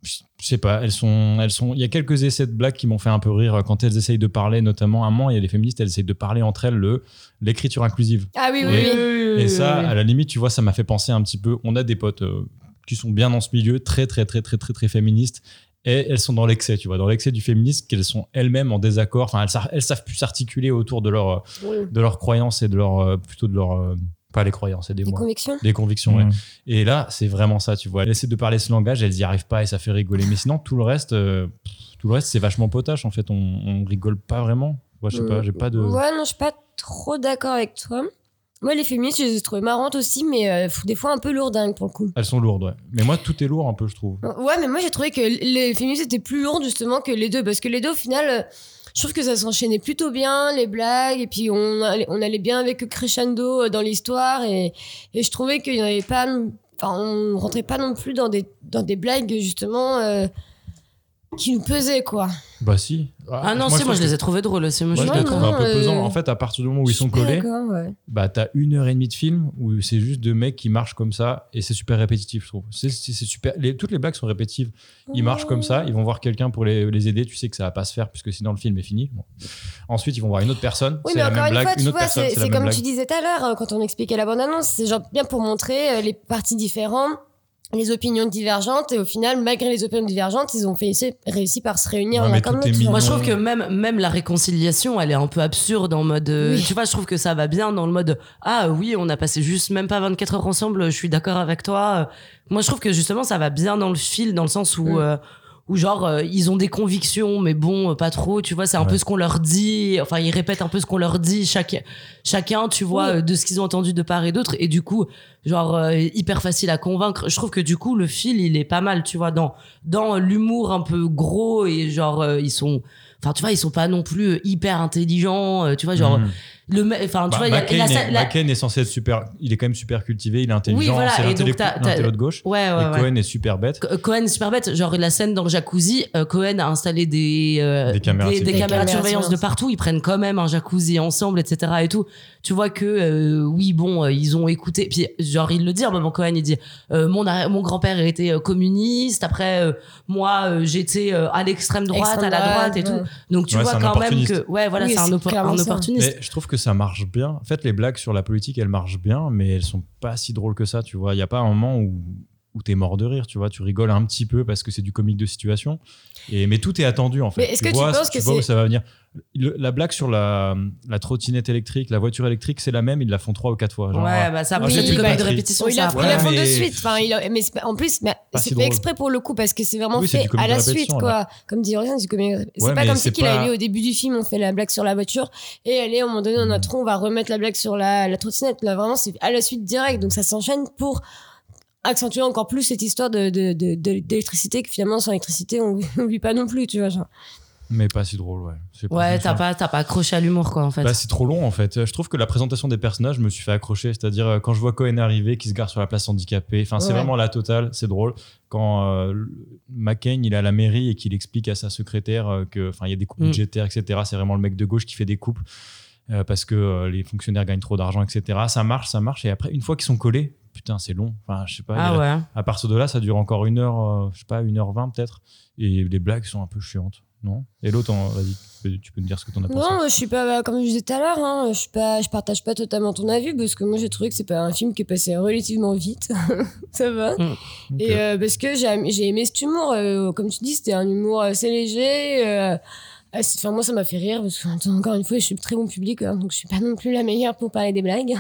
Speaker 3: je je sais pas, elles sont, elles sont. Il y a quelques essais de blagues qui m'ont fait un peu rire euh, quand elles essayent de parler, notamment à un moment, il y a les féministes, elles essayent de parler entre elles le l'écriture inclusive.
Speaker 4: Ah oui, oui, oui.
Speaker 3: Et ça, à la limite, tu vois, ça m'a fait penser un petit peu. On a des potes euh, qui sont bien dans ce milieu, très, très, très, très, très, très féministes. Et elles sont dans l'excès, tu vois, dans l'excès du féminisme, qu'elles sont elles-mêmes en désaccord. Enfin, elles, sa- elles savent plus s'articuler autour de leur, euh,
Speaker 4: Oui.
Speaker 3: de leurs croyances et de leur, euh, plutôt de leur, euh, pas les croyances, des
Speaker 4: Des
Speaker 3: moi
Speaker 4: convictions
Speaker 3: des convictions. ouais.
Speaker 2: Mm.
Speaker 3: Et là, c'est vraiment ça, tu vois. Elles essaient de parler ce langage, elles y arrivent pas et ça fait rigoler. Mais sinon, tout le reste, euh, pff, tout le reste, c'est vachement potache. En fait, on, on rigole pas vraiment. Moi, je sais pas, j'ai pas de.
Speaker 4: Ouais, non, je suis pas trop d'accord avec toi. Moi, les féministes, je les ai trouvées marrantes aussi, mais euh, des fois un peu lourdingues pour le coup.
Speaker 3: Elles sont lourdes, ouais. Mais moi, tout est lourd un peu, je trouve.
Speaker 4: Ouais, mais moi j'ai trouvé que les féministes étaient plus lourdes justement que les deux, parce que les deux au final, euh, je trouve que ça s'enchaînait plutôt bien, les blagues, et puis on allait, on allait bien avec le crescendo euh, dans l'histoire, et, et je trouvais qu'il n'y avait pas. Enfin, on rentrait pas non plus dans des, dans des blagues justement. euh, qui nous pesaient, quoi.
Speaker 3: Bah si.
Speaker 1: Ah non, si, moi, je les ai trouvés drôles aussi, moi, je
Speaker 3: Moi,
Speaker 1: suis
Speaker 3: je les
Speaker 1: d'accord.
Speaker 3: trouve un peu
Speaker 4: euh,
Speaker 3: pesants. En fait, à partir du moment où ils sont
Speaker 4: Je suis
Speaker 3: collés,
Speaker 4: d'accord, ouais.
Speaker 3: bah t'as une heure et demie de film où c'est juste deux mecs qui marchent comme ça et c'est super répétitif je trouve c'est c'est- c'est super les- toutes les blagues sont répétitives ils marchent comme ça ils vont voir quelqu'un pour les, les aider tu sais que ça va pas se faire puisque sinon le film est fini Bon. ensuite ils vont voir une autre personne
Speaker 4: Oui,
Speaker 3: c'est
Speaker 4: mais
Speaker 3: la
Speaker 4: encore
Speaker 3: même
Speaker 4: une
Speaker 3: blague
Speaker 4: fois,
Speaker 3: une
Speaker 4: tu
Speaker 3: autre
Speaker 4: vois,
Speaker 3: personne
Speaker 4: c'est
Speaker 3: c'est la
Speaker 4: c'est
Speaker 3: même
Speaker 4: comme
Speaker 3: blague
Speaker 4: tu disais tout à l'heure euh, quand on expliquait la bande-annonce, c'est genre bien pour montrer euh, les parties différentes, les opinions divergentes, et au final, malgré les opinions divergentes, ils ont fait, réussi par se réunir.
Speaker 3: Ouais,
Speaker 4: en
Speaker 3: mais
Speaker 4: accord
Speaker 3: tout
Speaker 4: de
Speaker 3: est
Speaker 4: notes.
Speaker 3: mignon.
Speaker 1: Moi, je trouve que même, même la réconciliation, elle est un peu absurde en mode. euh,
Speaker 4: Oui.
Speaker 1: Tu vois, je trouve que ça va bien dans le mode Ah oui, on a passé juste même pas 24 heures ensemble, je suis d'accord avec toi. Euh, Moi, je trouve que justement, ça va bien dans le fil, dans le sens
Speaker 3: Mm.
Speaker 1: où. euh, où genre euh, ils ont des convictions mais bon euh, pas trop tu vois c'est un peu
Speaker 3: Ouais.
Speaker 1: ce qu'on leur dit enfin ils répètent un peu ce qu'on leur dit chaque, chacun tu vois
Speaker 4: Oui.
Speaker 1: euh, de ce qu'ils ont entendu de part et d'autre et du coup genre euh, hyper facile à convaincre je trouve que du coup le fil il est pas mal tu vois dans dans l'humour un peu gros et genre euh, ils sont enfin tu vois ils sont pas non plus euh, hyper intelligents euh, tu vois genre
Speaker 3: Mhm.
Speaker 1: le me- enfin tu
Speaker 3: Bah,
Speaker 1: vois il y a-
Speaker 3: McCain,
Speaker 1: la-
Speaker 3: est,
Speaker 1: la-
Speaker 3: McCain est censé être super il est quand même super cultivé il est intelligent
Speaker 1: voilà,
Speaker 3: c'est
Speaker 1: et
Speaker 3: l'intello-
Speaker 1: donc t'as- t'as-
Speaker 3: l'intello de gauche
Speaker 1: ouais ouais,
Speaker 3: et
Speaker 1: ouais.
Speaker 3: Cohen est super bête
Speaker 1: Co- Cohen est super bête genre la scène dans le jacuzzi euh, Cohen a installé des euh,
Speaker 3: Des caméras de
Speaker 1: des,
Speaker 3: surveillance.
Speaker 1: des caméras de
Speaker 4: Des caméras de
Speaker 1: surveillance de
Speaker 4: surveillance.
Speaker 1: partout ils prennent quand même un jacuzzi ensemble etc et tout tu vois que euh, oui bon euh, ils ont écouté puis genre il le dit à un moment Cohen il dit euh, mon arrière- mon grand père était euh, communiste après euh, moi euh, j'étais euh, à l'extrême droite à la droite et
Speaker 4: Extrême
Speaker 1: tout donc tu
Speaker 3: Ouais,
Speaker 1: vois
Speaker 3: c'est un
Speaker 1: quand même
Speaker 3: opportuniste.
Speaker 1: que ouais voilà
Speaker 4: Oui,
Speaker 1: c'est un,
Speaker 4: c'est
Speaker 1: oppor-
Speaker 4: clairement
Speaker 1: un
Speaker 4: ça.
Speaker 1: opportuniste
Speaker 3: mais je trouve que ça marche bien en fait les blagues sur la politique elles marchent bien mais elles sont pas si drôles que ça tu vois il y a pas un moment où où t'es mort de rire, tu vois, tu rigoles un petit peu parce que c'est du comique de situation. Et mais tout est attendu en fait.
Speaker 4: Mais est-ce que tu
Speaker 3: vois,
Speaker 4: penses que
Speaker 3: vois où
Speaker 4: c'est-
Speaker 3: ça va venir Le- La blague sur la, la trottinette électrique, la voiture électrique, c'est la même. Ils la font trois ou quatre fois. genre,
Speaker 1: ouais
Speaker 3: ah,
Speaker 1: bah ça
Speaker 3: ah,
Speaker 1: oui,
Speaker 3: j'ai
Speaker 1: c'est
Speaker 3: plus
Speaker 1: comme
Speaker 3: compris.
Speaker 1: de répétition
Speaker 4: Bon, Oh, il a
Speaker 1: ça
Speaker 4: il
Speaker 3: Ouais,
Speaker 4: a fait
Speaker 3: mais-
Speaker 4: de suite. Enfin, il a- mais c'est pas- en plus, mais
Speaker 3: Pas si
Speaker 4: c'est fait
Speaker 3: drôle.
Speaker 4: exprès pour le coup parce que c'est vraiment
Speaker 3: Oui, c'est
Speaker 4: fait
Speaker 3: du comique
Speaker 4: à la
Speaker 3: de
Speaker 4: suite,
Speaker 3: répétition,
Speaker 4: quoi. Comme dit Aurélien, c'est du comique.
Speaker 3: Ouais,
Speaker 4: c'est pas
Speaker 3: mais
Speaker 4: comme
Speaker 3: c'est
Speaker 4: si qu'il a
Speaker 3: pas-
Speaker 4: eu lieu au début du film, on fait la blague sur la voiture et allez, à un moment donné, on a
Speaker 3: Mm.
Speaker 4: trop, on va remettre la blague sur la, la trottinette. Là, vraiment, c'est à la suite direct. Donc ça s'enchaîne pour accentuer encore plus cette histoire de, de, de- de- d'électricité que finalement, sans électricité, on oublie pas non plus, tu vois. genre.
Speaker 3: Mais pas si drôle, ouais. C'est pas
Speaker 1: ouais
Speaker 3: si
Speaker 1: t'as
Speaker 3: drôle.
Speaker 1: pas t'as pas accroché à l'humour quoi en fait
Speaker 3: Bah, c'est trop long en fait. Je trouve que la présentation des personnages je me suis fait accrocher. C'est-à-dire euh, quand je vois Cohen arriver, qui se gare sur la place handicapée. Enfin, c'est
Speaker 4: Ouais.
Speaker 3: vraiment la totale. C'est drôle. Quand euh, le- McCain il est à la mairie et qu'il explique à sa secrétaire euh, que, enfin, il y a des coupes
Speaker 1: Mm.
Speaker 3: budgétaires, etc. C'est vraiment le mec de gauche qui fait des coupes euh, parce que euh, les fonctionnaires gagnent trop d'argent, etc. Ça marche, ça marche. Et après, une fois qu'ils sont collés, putain, c'est long. Enfin, je sais pas. il y
Speaker 1: ah
Speaker 3: a-
Speaker 1: ouais
Speaker 3: À partir de là, ça dure encore une heure, euh, je sais pas, une heure vingt peut-être. Et les blagues sont un peu chiantes, non Et l'autre, en- vas-y, tu peux- tu peux me dire ce que t'en as pensé.
Speaker 4: Non, moi, je suis pas, bah, comme je disais tout à l'heure, hein, je suis pas, je partage pas totalement ton avis parce que moi j'ai trouvé que c'est pas un film qui est passé relativement vite, ça va.
Speaker 3: Ok.
Speaker 4: Et euh, parce que j'ai am- j'ai aimé cet humour, euh, comme tu dis, c'était un humour assez léger. euh, assez- Enfin, moi, ça m'a fait rire parce que, attends, encore une fois, je suis très bon public, hein, donc je suis pas non plus la meilleure pour parler des blagues.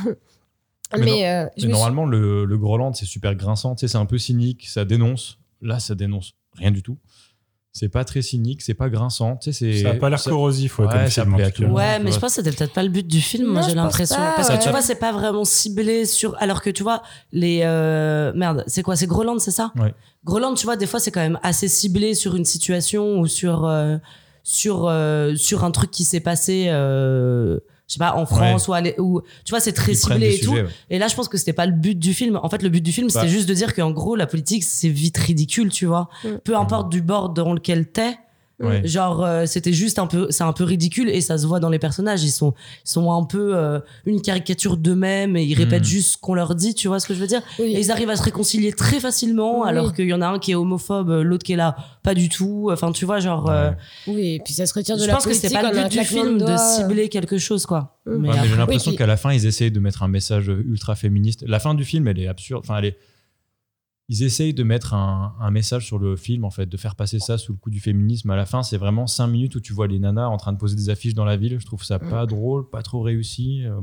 Speaker 3: Mais non-
Speaker 4: Mais, euh, je
Speaker 3: Mais
Speaker 4: me suis-
Speaker 3: normalement, le, le Groland, c'est super grinçant, tu sais, c'est un peu cynique, ça dénonce. Là, ça dénonce rien du tout. C'est pas très cynique, c'est pas grinçant, tu sais, c'est.
Speaker 2: Ça a pas l'air
Speaker 3: ça-
Speaker 2: corrosif, ouais,
Speaker 3: Ouais,
Speaker 2: comme
Speaker 3: ça
Speaker 2: film, en
Speaker 3: plaît à
Speaker 2: tout cas.
Speaker 3: tout le monde.
Speaker 1: Ouais,
Speaker 3: tu
Speaker 1: mais je
Speaker 3: vois.
Speaker 1: pense que c'était peut-être pas le but du film,
Speaker 4: Non,
Speaker 1: moi, j'ai
Speaker 4: je pense
Speaker 1: l'impression.
Speaker 4: pas,
Speaker 1: Parce que tu
Speaker 4: ouais.
Speaker 1: vois, c'est pas vraiment ciblé sur. Alors que tu vois, les. euh, Merde, c'est quoi C'est Groland, c'est ça
Speaker 3: Ouais.
Speaker 1: Groland, tu vois, des fois, c'est quand même assez ciblé sur une situation ou sur. euh, sur, euh, sur un truc qui s'est passé, euh, je sais pas, en France ou, à l'é- ou. Tu vois, c'est très
Speaker 3: Ils prennent
Speaker 1: ciblé
Speaker 3: des
Speaker 1: et tout.
Speaker 3: sujets, ouais.
Speaker 1: Et là, je pense que c'était pas le but du film. En fait, le but du film, c'était
Speaker 3: Bah.
Speaker 1: juste de dire qu'en gros, la politique, c'est vite ridicule, tu vois.
Speaker 4: Mm.
Speaker 1: Peu importe du bord dans lequel t'es.
Speaker 3: Ouais.
Speaker 1: Genre, euh, c'était juste un peu, c'est un peu ridicule et ça se voit dans les personnages. Ils sont, ils sont un peu euh, une caricature d'eux-mêmes et ils répètent
Speaker 3: Mm.
Speaker 1: juste ce qu'on leur dit, tu vois ce que je veux dire
Speaker 4: Oui.
Speaker 1: Et ils arrivent à se réconcilier très facilement
Speaker 4: Oui.
Speaker 1: alors qu'il y en a un qui est homophobe, euh, l'autre qui est là, pas du tout. Enfin, tu vois, genre,
Speaker 3: Ouais.
Speaker 1: euh,
Speaker 4: Oui, et puis ça se retire de
Speaker 1: je
Speaker 4: la
Speaker 1: pense que
Speaker 4: politique.
Speaker 1: c'était pas le
Speaker 4: en un
Speaker 1: but du
Speaker 4: claquement
Speaker 1: film de
Speaker 4: doigts.
Speaker 1: cibler quelque chose, quoi.
Speaker 4: Mm.
Speaker 1: Mais
Speaker 3: Ouais, mais
Speaker 1: après-
Speaker 3: j'ai l'impression
Speaker 4: puis-
Speaker 3: qu'à la fin, ils essayent de mettre un message ultra féministe. La fin du film, elle est absurde. Enfin, elle est. Ils essayent de mettre un, un message sur le film, en fait, de faire passer ça sous le coup du féminisme. À la fin, c'est vraiment cinq minutes où tu vois les nanas en train de poser des affiches dans la ville. Je trouve ça
Speaker 4: Mm.
Speaker 3: pas drôle, pas trop réussi. Euh,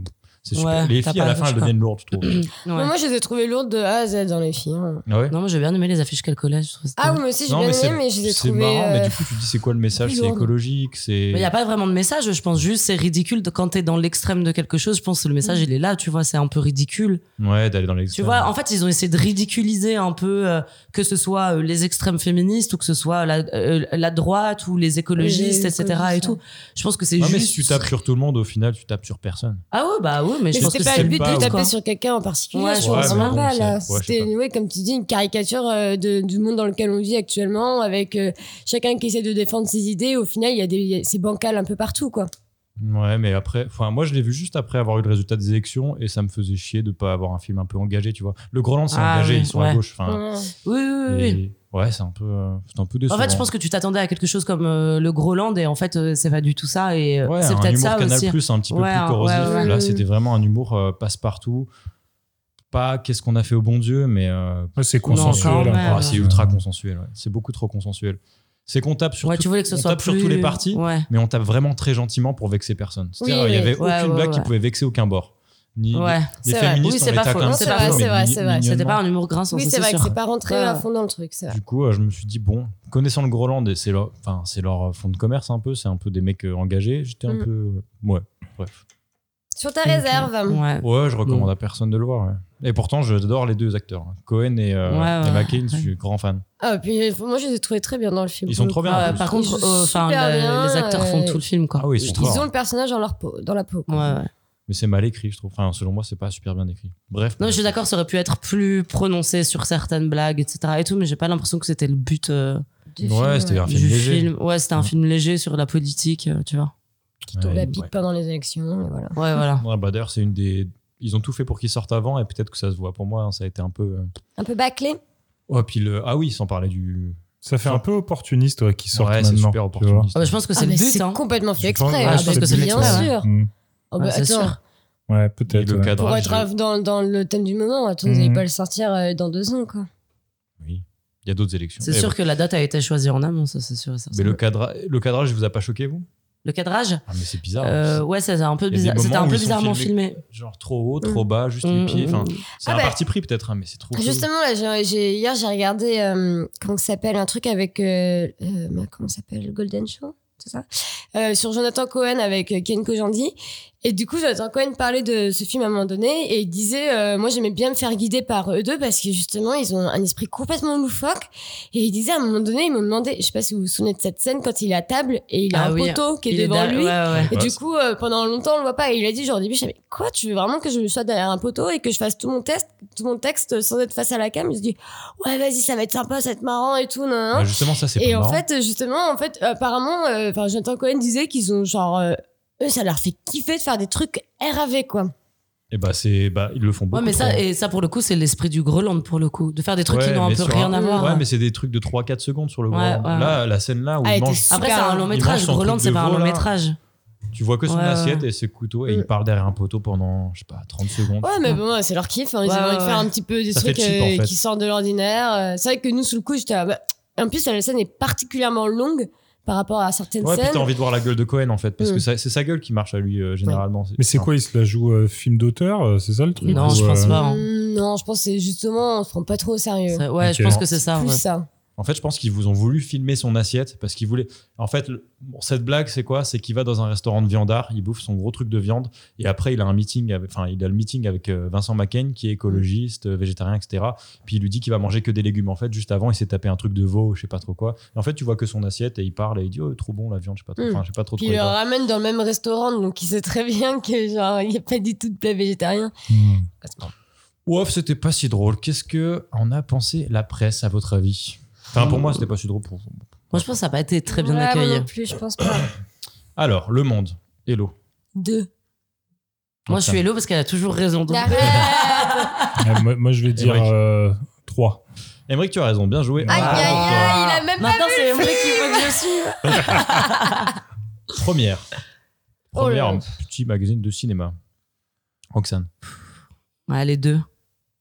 Speaker 3: C'est super.
Speaker 1: Ouais,
Speaker 3: les
Speaker 1: t'as
Speaker 3: filles, à
Speaker 1: pas-
Speaker 3: la fin,
Speaker 1: je
Speaker 3: elles
Speaker 1: sais pas.
Speaker 3: deviennent lourdes, je trouve.
Speaker 1: Ouais.
Speaker 4: Mais Moi, je les ai trouvés lourdes de A à Z dans les filles. hein.
Speaker 3: Ah ouais
Speaker 1: Non, moi j'ai bien aimé les affiches qu'elle collait. je trouve que c'était-
Speaker 4: Ah oui, moi aussi, j'ai
Speaker 3: Non,
Speaker 4: bien
Speaker 3: mais c'est-
Speaker 4: aimé, mais je les ai
Speaker 3: C'est
Speaker 4: trouvés.
Speaker 3: marrant, mais
Speaker 4: euh,
Speaker 3: du coup, tu te dis c'est quoi le message
Speaker 4: plus
Speaker 3: C'est
Speaker 4: lourd.
Speaker 3: écologique, c'est.
Speaker 1: Mais il n'y a pas vraiment de message, je pense juste c'est ridicule. de- Quand t'es dans l'extrême de quelque chose, je pense que le
Speaker 4: Mm.
Speaker 1: message il est là, tu vois, c'est un peu ridicule.
Speaker 3: Ouais, d'aller dans les.
Speaker 1: Tu vois, en fait, ils ont essayé de ridiculiser un peu euh, que ce soit euh, les extrêmes féministes ou que ce soit la, euh, la droite ou les écologistes,
Speaker 4: Les
Speaker 1: etc. et
Speaker 4: écologistes,
Speaker 1: tout. Je pense que c'est
Speaker 3: Non,
Speaker 1: juste.
Speaker 3: mais si tu tapes sur tout le monde, au final, tu tapes sur personne.
Speaker 1: Ah ouais, bah ouais, dangereux, mais, je pense que
Speaker 4: c'était pas
Speaker 1: c'est
Speaker 4: le but
Speaker 1: pas,
Speaker 4: de
Speaker 1: quoi.
Speaker 4: taper sur quelqu'un en particulier.
Speaker 1: Ouais,
Speaker 4: je
Speaker 1: ouais,
Speaker 4: pense
Speaker 1: mais
Speaker 4: vraiment
Speaker 1: bon,
Speaker 4: pas,
Speaker 1: ça-
Speaker 4: là.
Speaker 1: ouais, je sais
Speaker 4: C'était, ouais, comme tu dis, une caricature euh, de- du monde dans lequel on vit actuellement, avec euh, chacun qui essaie de défendre ses idées. Au final, il y a des, il y a- c'est bancal un peu partout, quoi.
Speaker 3: Ouais, mais après, enfin, moi je l'ai vu juste après avoir eu le résultat des élections et ça me faisait chier de pas avoir un film un peu engagé, tu vois. Le Groenland, c'est
Speaker 1: Ah,
Speaker 3: engagé,
Speaker 1: oui,
Speaker 3: ils sont à
Speaker 1: ouais.
Speaker 3: gauche. enfin,
Speaker 1: hein. Oui, oui, oui,
Speaker 3: et-
Speaker 1: oui.
Speaker 3: Ouais, c'est un peu, euh, c'est un peu décevant.
Speaker 1: En fait, je pense que tu t'attendais à quelque chose comme euh, le Groland et en fait, euh, c'est pas du tout ça et euh,
Speaker 3: Ouais,
Speaker 1: c'est
Speaker 3: un
Speaker 1: peut-être
Speaker 3: humour
Speaker 1: ça
Speaker 3: Canal
Speaker 1: aussi.
Speaker 3: Plus un petit peu
Speaker 1: Ouais,
Speaker 3: plus
Speaker 1: ouais,
Speaker 3: corrosif.
Speaker 1: ouais.
Speaker 3: Là, c'était vraiment un humour euh, passe-partout. Pas qu'est-ce qu'on a fait au bon Dieu, mais. euh,
Speaker 2: Ouais, c'est
Speaker 3: pff, non,
Speaker 2: consensuel,
Speaker 3: quand
Speaker 2: hein.
Speaker 3: même. Ah,
Speaker 2: Ouais.
Speaker 3: c'est ultra consensuel. ouais. C'est beaucoup trop consensuel. C'est qu'on tape sur,
Speaker 1: Ouais,
Speaker 3: tout-
Speaker 1: tu voulais que ce
Speaker 3: on
Speaker 1: soit
Speaker 3: tape sur tous
Speaker 1: plus-
Speaker 3: les partis,
Speaker 1: ouais.
Speaker 3: mais on tape vraiment très gentiment pour vexer personne. C'est-à-dire,
Speaker 4: Oui,
Speaker 3: il n'y avait
Speaker 1: oui. Ouais,
Speaker 3: aucune
Speaker 1: ouais,
Speaker 3: blague qui
Speaker 1: ouais.
Speaker 3: pouvait vexer aucun bord. Ni,
Speaker 1: Ouais.
Speaker 3: les
Speaker 4: C'est vrai.
Speaker 3: féministes,
Speaker 1: Oui,
Speaker 3: on
Speaker 1: c'est
Speaker 3: les
Speaker 1: pas
Speaker 3: tacle
Speaker 1: faux.
Speaker 3: un
Speaker 1: Non,
Speaker 3: petit
Speaker 1: c'est
Speaker 3: peu,
Speaker 1: vrai,
Speaker 3: mais
Speaker 4: c'est
Speaker 3: mignon-
Speaker 4: vrai, c'est vrai. C'était
Speaker 1: C'était
Speaker 3: mignonnement.
Speaker 1: pas un humour grinçant,
Speaker 4: Oui,
Speaker 1: ça,
Speaker 4: c'est vrai
Speaker 1: sûr.
Speaker 4: que c'est pas rentré
Speaker 1: Ouais,
Speaker 4: à
Speaker 1: ouais.
Speaker 4: fond dans le truc, c'est vrai.
Speaker 3: Du coup, euh, je me suis dit, bon, connaissant le Groland, et c'est leur, enfin, c'est leur euh, fond de commerce un peu, c'est un peu des mecs euh, engagés, j'étais un
Speaker 4: Mm.
Speaker 3: peu. Ouais, bref.
Speaker 4: Sur ta réserve.
Speaker 1: Ouais.
Speaker 3: Ouais, je recommande
Speaker 2: Mm.
Speaker 3: à personne de le voir. ouais. Et pourtant, j'adore les deux acteurs, hein. Cohen et, euh,
Speaker 1: Ouais,
Speaker 3: et
Speaker 1: ouais,
Speaker 3: McCain, je suis grand fan.
Speaker 4: Ah, puis euh, moi, je les ai trouvés très bien dans le film.
Speaker 3: Ils
Speaker 4: pour
Speaker 3: sont
Speaker 4: le
Speaker 3: trop
Speaker 4: coup.
Speaker 3: bien.
Speaker 1: Ah,
Speaker 3: en
Speaker 1: par
Speaker 3: plus.
Speaker 1: contre,
Speaker 4: Ils jouent
Speaker 1: euh, enfin,
Speaker 4: super
Speaker 1: le-
Speaker 4: bien,
Speaker 1: les acteurs font
Speaker 4: euh,
Speaker 1: tout le film, quoi.
Speaker 3: hein. Ah oui, ils sont
Speaker 4: Ils
Speaker 3: forts.
Speaker 4: ont le personnage dans, leur peau, dans la peau. quoi.
Speaker 1: Ouais, ouais.
Speaker 3: Mais c'est mal écrit, je trouve. Enfin, selon moi, c'est pas super bien écrit. Bref.
Speaker 1: Non, je suis d'accord, ça aurait pu être plus prononcé sur certaines blagues, etc. Et tout, mais j'ai pas l'impression que c'était le but euh,
Speaker 4: Du film,
Speaker 3: Ouais, c'était un
Speaker 1: du
Speaker 3: film léger.
Speaker 1: film. Ouais, c'était un
Speaker 3: Ouais.
Speaker 1: film léger sur la politique, euh, tu vois.
Speaker 4: Qui tombe
Speaker 3: Ouais,
Speaker 4: à pic
Speaker 3: ouais.
Speaker 4: pendant les élections. et voilà.
Speaker 1: Ouais, voilà.
Speaker 3: Ouais, bah, D'ailleurs, c'est une des. Ils ont tout fait pour qu'ils sortent avant et peut-être que ça se voit. Pour moi, hein, ça a été un peu. euh,
Speaker 4: Un peu bâclé.
Speaker 3: Oh, puis le. Ah oui, sans parler du.
Speaker 2: Ça fait un peu opportuniste ouais, qui sort
Speaker 3: ouais, c'est
Speaker 2: maintenant.
Speaker 3: super
Speaker 2: tu vois.
Speaker 3: opportuniste.
Speaker 1: Ah, bah, je pense que c'est
Speaker 4: Ah,
Speaker 1: le
Speaker 4: mais
Speaker 1: but,
Speaker 4: C'est
Speaker 1: hein.
Speaker 4: complètement fait
Speaker 2: Je pense-
Speaker 4: exprès.
Speaker 1: ouais,
Speaker 4: ah,
Speaker 1: je pense
Speaker 4: bah,
Speaker 1: que c'est fait
Speaker 4: bien
Speaker 1: exprès,
Speaker 4: sûr.
Speaker 2: Mm.
Speaker 4: Oh, bah,
Speaker 1: Ouais, c'est
Speaker 4: attends,
Speaker 1: sûr.
Speaker 2: Ouais,
Speaker 3: Et
Speaker 2: peut-être.
Speaker 3: le
Speaker 2: ouais.
Speaker 3: cadrage.
Speaker 4: Pour être
Speaker 3: de-
Speaker 4: à- dans, dans le thème du moment, attends, vous
Speaker 2: Mhm.
Speaker 4: n'allez pas le sortir euh, dans deux ans, quoi.
Speaker 3: Oui. Il y a d'autres élections.
Speaker 1: C'est
Speaker 3: Eh
Speaker 1: sûr
Speaker 3: bon.
Speaker 1: que la date a été choisie en amont, ça, c'est sûr. et certain.
Speaker 3: Mais le, cadra... le cadrage, il vous a pas choqué, vous
Speaker 1: Le cadrage
Speaker 3: Ah, mais c'est bizarre.
Speaker 1: euh, Ouais, ça, c'est un peu
Speaker 3: Il y a des
Speaker 1: bizarre. C'était
Speaker 3: moments
Speaker 1: un
Speaker 3: où
Speaker 1: peu
Speaker 3: ils sont
Speaker 1: bizarrement
Speaker 3: filmés-
Speaker 1: filmé.
Speaker 3: Genre trop haut, trop bas, juste les
Speaker 1: Mm,
Speaker 3: pieds.
Speaker 1: mm,
Speaker 3: Enfin,
Speaker 1: mm.
Speaker 3: c'est
Speaker 4: Ah
Speaker 3: un
Speaker 4: bah,
Speaker 3: parti pris, peut-être, hein, mais c'est trop. chelou.
Speaker 4: Justement, là, j'ai- j'ai- hier, j'ai regardé, euh, comment ça s'appelle, un truc avec, euh, euh, comment ça s'appelle, Golden Show, c'est ça Euh, Sur Jonathan Cohen avec euh, Ken Kojandi. Et du coup, Jonathan Cohen parlait de ce film à un moment donné et il disait, euh, moi, j'aimais bien me faire guider par eux deux parce que justement, ils ont un esprit complètement loufoque. Et il disait, à un moment donné, ils m'ont demandé, je sais pas si vous vous souvenez de cette scène, quand il est à table et il a
Speaker 1: Ah
Speaker 4: un
Speaker 1: oui,
Speaker 4: poteau qui est
Speaker 1: Il est
Speaker 4: devant
Speaker 1: dalle-
Speaker 4: lui.
Speaker 1: ouais, ouais.
Speaker 4: Et
Speaker 3: Ouais,
Speaker 4: du
Speaker 3: c'est-
Speaker 4: coup, euh, pendant longtemps, on le voit pas. Et il a dit, genre, au début, je savais, quoi, tu veux vraiment que je sois derrière un poteau et que je fasse tout mon test, tout mon texte sans être face à la cam? Je dis, ouais, vas-y, ça va être sympa, ça va être marrant et tout, nan, nan, nan.
Speaker 3: Bah, justement, ça, c'est
Speaker 4: Et
Speaker 3: pas
Speaker 4: en
Speaker 3: marrant.
Speaker 4: fait, justement, en fait, apparemment, euh, enfin, Jonathan Cohen disait qu'ils ont, genre, euh, eux, ça leur fait kiffer de faire des trucs RAV, quoi.
Speaker 3: Et bah, c'est. Bah, ils le font beaucoup.
Speaker 1: Ouais, mais
Speaker 3: trop
Speaker 1: ça,
Speaker 3: haut.
Speaker 1: et ça, pour le coup, c'est l'esprit du Groland, pour le coup. De faire des trucs qui
Speaker 3: Ouais,
Speaker 1: n'ont un
Speaker 3: mais
Speaker 1: peu
Speaker 3: sur un-
Speaker 1: rien à voir.
Speaker 3: Ouais, mais c'est des trucs de 3-4 secondes sur le
Speaker 1: Ouais,
Speaker 3: grand.
Speaker 1: ouais.
Speaker 3: Là, la scène là où
Speaker 4: Ah,
Speaker 3: il
Speaker 4: elle
Speaker 3: mange.
Speaker 4: était
Speaker 1: Après, c'est
Speaker 4: Super.
Speaker 1: un long
Speaker 3: Il mange
Speaker 1: métrage.
Speaker 3: son
Speaker 1: Groland,
Speaker 3: truc
Speaker 1: c'est
Speaker 3: de
Speaker 1: pas un
Speaker 3: veau,
Speaker 1: long
Speaker 3: là.
Speaker 1: métrage.
Speaker 3: Tu vois que son
Speaker 1: Ouais, ouais.
Speaker 3: assiette et ses couteaux et
Speaker 4: Mm.
Speaker 3: il part derrière un poteau pendant, je sais pas, 30 secondes.
Speaker 4: Ouais, mais bon, c'est leur kiff. hein. Ils
Speaker 1: Ouais,
Speaker 4: ont envie de
Speaker 1: ouais,
Speaker 4: faire
Speaker 1: ouais.
Speaker 4: un petit peu des
Speaker 3: Ça fait
Speaker 4: trucs
Speaker 3: cheap, en
Speaker 4: euh,
Speaker 3: fait.
Speaker 4: qui sortent de l'ordinaire. Euh, C'est vrai que nous, sous le coup, j'étais. ah, bah, En plus, la scène est particulièrement longue par rapport à certaines
Speaker 3: Ouais, puis
Speaker 4: scènes.
Speaker 3: t'as envie de voir la gueule de Cohen en fait, parce
Speaker 4: Mm.
Speaker 3: que ça- c'est sa gueule qui marche à lui euh, généralement.
Speaker 2: Mais c'est quoi, il se la joue euh, film d'auteur euh, C'est ça le truc
Speaker 1: Non,
Speaker 2: Ou,
Speaker 1: je pense
Speaker 2: euh,
Speaker 1: pas. hein.
Speaker 4: Mm, Non, je pense que c'est justement, on se prend pas trop au sérieux.
Speaker 1: Ça- Ouais, je
Speaker 2: Ok.
Speaker 1: pense que c'est ça.
Speaker 4: Plus
Speaker 1: ouais.
Speaker 4: ça.
Speaker 3: En fait, je pense qu'ils vous ont voulu filmer son assiette parce qu'ils voulaient. En fait, le- bon, cette blague, c'est quoi C'est qu'il va dans un restaurant de viandard, il bouffe son gros truc de viande et après, il a un meeting, avec- enfin, il a le meeting avec euh, Vincent Macaigne qui est écologiste, euh, végétarien, etc. Puis il lui dit qu'il va manger que des légumes. En fait, juste avant, il s'est tapé un truc de veau, je sais pas trop quoi. Et en fait, tu vois que son assiette et il parle et il dit Oh, trop bon la viande, je sais pas trop.
Speaker 4: Mm.
Speaker 3: Enfin, je sais pas trop. de
Speaker 4: Puis
Speaker 3: quoi il
Speaker 4: il le
Speaker 3: parle.
Speaker 4: ramène dans le même restaurant, donc il sait très bien que genre il n'y a pas du tout de plat végétarien.
Speaker 2: hmm.
Speaker 3: Ouf, c'était pas si drôle. Qu'est-ce que en a pensé la presse à votre avis Enfin, pour moi, c'était pas si drôle. Pour...
Speaker 1: Moi, je pense que ça n'a pas été très bien
Speaker 4: Ouais, moi
Speaker 1: accueilli.
Speaker 4: non plus, je pense pas.
Speaker 3: Alors, Le Monde. Hello.
Speaker 4: Deux.
Speaker 1: Moi, je suis Hello parce qu'elle a toujours raison. donc- euh,
Speaker 4: Arrête
Speaker 2: Ouais, moi, moi, je vais dire euh,
Speaker 3: Émeric.
Speaker 2: 3.
Speaker 3: Emmerich, tu as raison. Bien joué. Ah,
Speaker 4: Aïe, aïe, aïe, il a même pas.
Speaker 1: Maintenant, c'est vrai qu'il faut que je suive.
Speaker 3: Première.
Speaker 4: Oh là
Speaker 3: Première
Speaker 4: là.
Speaker 3: petit magazine de cinéma. Roxane.
Speaker 1: Ouais, les deux.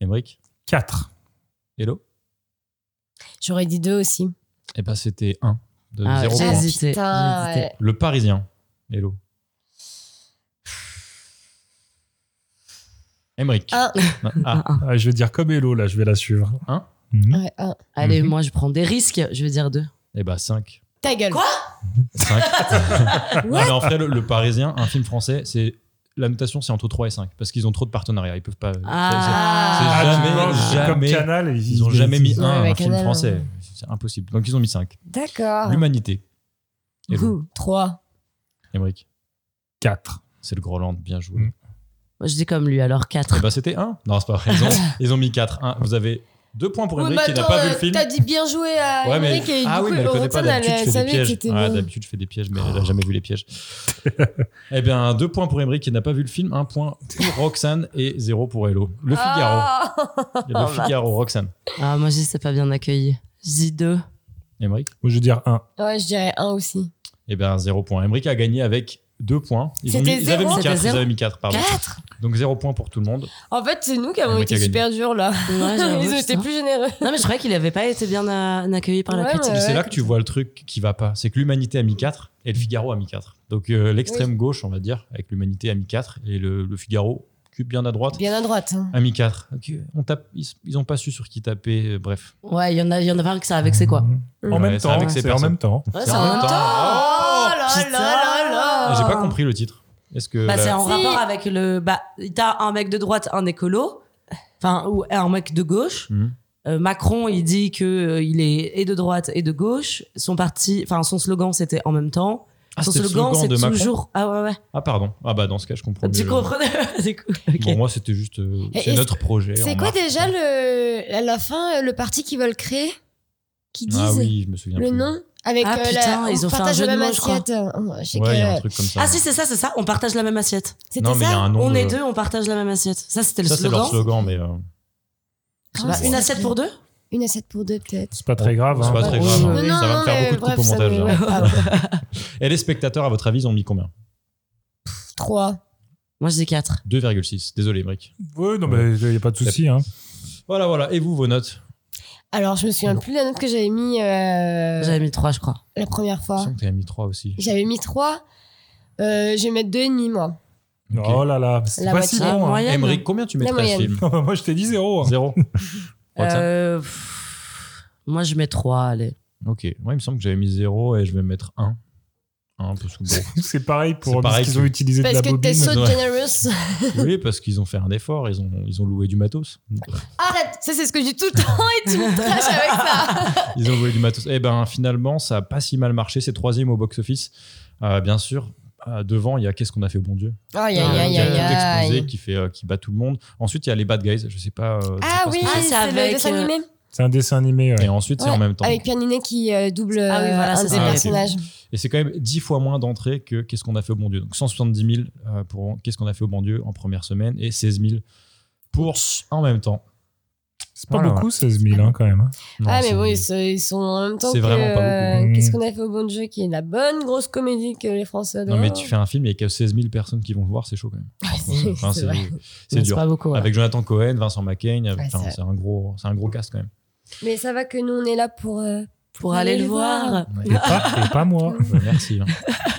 Speaker 3: Emmerich.
Speaker 2: 4.
Speaker 3: Hello.
Speaker 4: J'aurais dit deux aussi.
Speaker 3: Et ben, c'était 1 de
Speaker 1: Ah,
Speaker 3: zéro
Speaker 1: j'ai
Speaker 3: point.
Speaker 1: hésité. j'ai
Speaker 4: Putain,
Speaker 1: hésité.
Speaker 4: ouais.
Speaker 3: Le Parisien. Hello. Emmerich.
Speaker 4: Un.
Speaker 3: Non, ah,
Speaker 2: je vais dire comme Hello, là, je vais la suivre.
Speaker 3: Un
Speaker 2: Hmm.
Speaker 4: Ouais, un.
Speaker 1: Allez, moi, je prends des risques. Je vais dire deux.
Speaker 3: et bah 5.
Speaker 4: Ta gueule.
Speaker 1: Quoi
Speaker 3: mais en fait, le, le Parisien, un film français, c'est la notation c'est entre 3 et 5 parce qu'ils ont trop de partenariats, ils peuvent pas
Speaker 1: Ah,
Speaker 3: c'est
Speaker 2: tu
Speaker 3: jamais-
Speaker 2: vois, c'est comme
Speaker 3: jamais-
Speaker 2: Canal,
Speaker 3: ils ont jamais mis
Speaker 4: Ouais,
Speaker 3: un,
Speaker 4: ouais,
Speaker 3: un film
Speaker 4: Canal, Ah.
Speaker 3: français, c'est impossible. Donc ils ont mis 5.
Speaker 4: D'accord.
Speaker 3: L'humanité. Hello.
Speaker 4: Ouh, Trois.
Speaker 3: Emmerich.
Speaker 2: 4.
Speaker 3: C'est le Groland, bien joué.
Speaker 2: Mm.
Speaker 1: Moi, je dis comme lui, alors 4.
Speaker 3: Eh ben, c'était 1. Non, c'est pas vrai. Ils ont, ils ont mis 4. Un. Vous avez 2 points pour
Speaker 4: Oui,
Speaker 3: Emmerich
Speaker 4: bah,
Speaker 3: qui n'a
Speaker 4: attends,
Speaker 3: pas vu
Speaker 4: euh,
Speaker 3: le film.
Speaker 4: T'as dit bien joué à
Speaker 3: Ouais, mais-
Speaker 4: Emmerich et
Speaker 3: Ah
Speaker 4: du
Speaker 3: oui,
Speaker 4: coup,
Speaker 3: mais elle connaît pas.
Speaker 4: Roxane, elle,
Speaker 3: D'habitude, je
Speaker 4: elle
Speaker 3: fais des
Speaker 4: savait que
Speaker 3: pièges.
Speaker 4: c'était
Speaker 3: Ouais,
Speaker 4: bon.
Speaker 3: D'habitude, je fais des pièges, mais elle a jamais vu les pièges. eh bien, 2 points pour Emmerich qui n'a pas vu le film, 1 point pour Roxane et 0 pour Hello. Le Figaro. Il y a
Speaker 4: oh,
Speaker 1: Ah,
Speaker 3: Le Figaro, Roxane.
Speaker 1: Ah, moi, je dis, c'est pas bien accueilli. Je dis 2.
Speaker 3: Emmerich
Speaker 2: Moi, je veux dire 1.
Speaker 4: Ouais, je dirais 1 aussi.
Speaker 3: Eh bien, 0 points. Emmerich a gagné avec 2 points. Ils, ont mis,
Speaker 4: C'était
Speaker 3: ils avaient
Speaker 4: zéro
Speaker 3: mis
Speaker 4: C'était
Speaker 3: 4. Ils
Speaker 4: zéro
Speaker 3: avaient mis 4, pardon.
Speaker 4: Quatre
Speaker 3: Donc 0 points pour tout le monde.
Speaker 4: En fait, c'est nous qui avons
Speaker 3: Emmerich
Speaker 4: été
Speaker 3: a gagné.
Speaker 4: super durs là.
Speaker 1: j'avoue,
Speaker 4: Ils ont été
Speaker 1: putain.
Speaker 4: plus généreux.
Speaker 1: Non, mais je croyais qu'il avait pas été bien euh, accueilli par la
Speaker 4: Ouais,
Speaker 1: critique.
Speaker 4: ouais,
Speaker 3: C'est là que tu vois le truc qui va pas. C'est que l'humanité a mis 4 et le Figaro a mis 4. Donc euh, l'extrême gauche, on va dire, avec l'humanité a mis 4 et le, le Figaro, cube bien à droite,
Speaker 4: Bien à droite. hein.
Speaker 3: a mis 4. Ok, On tape, ils, ils ont pas su sur qui taper, euh, bref.
Speaker 1: Ouais, il y en a, il y en a pas un que ça avec c'est quoi.
Speaker 2: Hmm.
Speaker 4: Euh,
Speaker 3: Ouais,
Speaker 2: En même
Speaker 3: c'est
Speaker 2: temps,
Speaker 3: avec ces
Speaker 2: c'est en
Speaker 3: personnes.
Speaker 2: même temps.
Speaker 1: Ouais,
Speaker 3: C'est
Speaker 1: c'est en même temps.
Speaker 4: Oh là
Speaker 1: putain.
Speaker 4: là là
Speaker 3: J'ai pas compris le titre. Est-ce que
Speaker 1: Ah. Bah,
Speaker 3: la-
Speaker 1: c'est en
Speaker 4: Si.
Speaker 1: rapport avec le. Bah, t'as un mec de droite, un écolo, enfin, ou un mec de gauche.
Speaker 3: Mhm.
Speaker 1: Euh, Macron, il dit que euh, il est et de droite et de gauche. Son parti, enfin, son slogan, c'était en même temps.
Speaker 3: Ah,
Speaker 1: son
Speaker 3: c'était le slogan
Speaker 1: c'est
Speaker 3: de Macron
Speaker 1: toujours. Ah ouais, ouais.
Speaker 3: Ah pardon. Ah bah dans ce cas, je comprends.
Speaker 1: tu
Speaker 3: mieux.
Speaker 1: comprenais Du coup, ok.
Speaker 3: Pour moi, c'était juste euh,
Speaker 4: Et
Speaker 3: c'est
Speaker 4: est-ce-
Speaker 3: notre projet.
Speaker 4: C'est
Speaker 3: on
Speaker 4: quoi
Speaker 3: marche.
Speaker 4: déjà le, à la fin, euh, le parti qu'ils veulent créer Qui disent
Speaker 3: Ah oui, je me souviens
Speaker 4: le
Speaker 3: plus.
Speaker 4: nom Avec
Speaker 1: Ah,
Speaker 4: euh,
Speaker 1: putain,
Speaker 4: la,
Speaker 1: ils
Speaker 4: on
Speaker 1: ont fait un
Speaker 4: partage
Speaker 1: jeu
Speaker 4: la
Speaker 1: de
Speaker 4: même
Speaker 1: mots, je crois.
Speaker 4: assiette. Oh, je sais
Speaker 3: Ouais, il y a un
Speaker 4: que-
Speaker 3: truc comme ça.
Speaker 1: Ah si, c'est ça, c'est ça. On partage la même assiette.
Speaker 4: C'était
Speaker 3: non, mais il y a
Speaker 4: ça
Speaker 3: un nom.
Speaker 1: on
Speaker 3: de-
Speaker 1: est deux, on partage la même assiette. Ça, c'était le
Speaker 3: Ça, c'est
Speaker 1: slogan.
Speaker 3: leur slogan, Ah, mais euh,
Speaker 1: Je sais
Speaker 4: Comment
Speaker 1: pas,
Speaker 4: ça
Speaker 1: une
Speaker 4: s'appelle
Speaker 1: assiette pour deux
Speaker 4: Une assiette pour deux, peut-être.
Speaker 2: C'est pas très grave.
Speaker 3: c'est
Speaker 2: hein.
Speaker 3: pas très
Speaker 1: Oh,
Speaker 3: grave. hein.
Speaker 1: oui,
Speaker 4: Non,
Speaker 3: Ça va
Speaker 4: non,
Speaker 3: me faire
Speaker 4: mais
Speaker 3: beaucoup de
Speaker 4: bref,
Speaker 3: coupes au
Speaker 4: ça
Speaker 3: montage.
Speaker 4: me-
Speaker 3: hein.
Speaker 4: ouais, pardon.
Speaker 3: Et les spectateurs, à votre avis, ils ont mis combien
Speaker 4: Trois.
Speaker 1: Moi, je dis 4.
Speaker 3: 2,6. Désolé, Brick.
Speaker 2: Ouais, non, mais il n'y a pas de souci. Hein.
Speaker 3: Voilà, voilà. Et vous, vos notes
Speaker 4: Alors, je me souviens plus de la note que j'avais mis euh,
Speaker 1: J'avais mis 3, je crois.
Speaker 4: la première
Speaker 3: Je
Speaker 4: fois.
Speaker 3: sens que t'as mis 3 aussi.
Speaker 4: J'avais mis trois. Euh, je vais mettre deux et demi, moi.
Speaker 3: Ok.
Speaker 2: Oh là là, c'est
Speaker 4: La
Speaker 2: pas si
Speaker 4: moitié.
Speaker 2: bon. hein.
Speaker 1: Moyenne.
Speaker 3: Emmerich, combien tu mettrais à ce
Speaker 4: moyenne. Euh,
Speaker 3: film
Speaker 2: Non, bah, moi, je t'ai dit zéro. hein.
Speaker 3: Zéro Roxane
Speaker 1: Euh, pff, moi, je mets 3, allez.
Speaker 3: Ok. Moi, il me semble que j'avais mis 0 et je vais mettre 1. 1 parce que bon.
Speaker 2: C'est pareil
Speaker 3: C'est
Speaker 2: pour parce
Speaker 3: pareil
Speaker 2: qu'ils
Speaker 3: que-
Speaker 2: ont utilisé de
Speaker 4: Parce
Speaker 2: la
Speaker 4: que t'es
Speaker 2: bobine.
Speaker 4: so
Speaker 3: ouais.
Speaker 4: generous.
Speaker 3: Oui, parce qu'ils ont fait un effort, ils ont, ils ont loué du matos.
Speaker 4: Arrête, ça c'est ce que je dis tout le temps et tu me trash avec ça.
Speaker 3: Ils ont loué du matos. Eh ben finalement, ça a pas si mal marché. C'est troisième au box-office, Euh, bien sûr. euh, devant, il y a Qu'est-ce qu'on a fait, bon Dieu
Speaker 4: Aïe,
Speaker 3: Euh,
Speaker 4: aïe, aïe,
Speaker 3: qui a
Speaker 4: aïe,
Speaker 3: tout explosé,
Speaker 4: aïe.
Speaker 3: qui, fait, euh, qui bat tout le monde. Ensuite, il y a les Bad Guys, je sais pas. euh, je sais
Speaker 4: Ah
Speaker 3: pas ce
Speaker 4: oui,
Speaker 3: que
Speaker 1: Ah, c'est
Speaker 4: c'est le
Speaker 1: avec,
Speaker 4: dessin
Speaker 1: euh,
Speaker 4: animé.
Speaker 2: C'est un dessin animé.
Speaker 3: c'est.
Speaker 2: ouais.
Speaker 3: Et ensuite, c'est en
Speaker 4: Ouais,
Speaker 3: même temps.
Speaker 4: Avec Pierre Ninet qui euh, double
Speaker 1: Ah oui, voilà,
Speaker 4: euh, un
Speaker 1: c'est
Speaker 4: des
Speaker 1: ça.
Speaker 3: Ah, ok.
Speaker 4: personnages.
Speaker 3: Et c'est quand même 10 fois moins d'entrées que Qu'est-ce qu'on a fait au bon Dieu. Donc 170 000 euh, pour Qu'est-ce qu'on a fait au bon Dieu en première semaine et 16 000 pour en même temps.
Speaker 2: C'est pas
Speaker 3: Voilà,
Speaker 2: beaucoup, 16 000 hein, quand même. hein.
Speaker 3: Non,
Speaker 4: Ah mais
Speaker 3: c'est-
Speaker 4: bon, ils, se- ils sont en même temps
Speaker 3: C'est
Speaker 4: que,
Speaker 3: vraiment pas
Speaker 4: euh,
Speaker 2: beaucoup.
Speaker 1: Mm.
Speaker 4: Qu'est-ce qu'on a fait au bon jeu qui est la bonne grosse comédie que les Français adorent.
Speaker 3: Non, mais tu fais un film et qu'il y a 16 000 personnes qui vont le voir, c'est chaud quand même.
Speaker 4: Ouais, c'est-
Speaker 3: Enfin,
Speaker 4: c'est
Speaker 3: c'est
Speaker 4: vrai.
Speaker 3: c'est
Speaker 1: Mais
Speaker 3: dur.
Speaker 1: pas beaucoup. ouais.
Speaker 3: Avec Jonathan Cohen, Vincent McCain, avec-
Speaker 4: Ouais,
Speaker 3: enfin,
Speaker 4: c'est-
Speaker 3: c'est un gros, c'est un gros cast quand même.
Speaker 4: Mais ça va que nous on est là pour. euh,
Speaker 1: Pour aller le voir.
Speaker 2: Et pas, et pas moi.
Speaker 3: Ouais, merci. hein.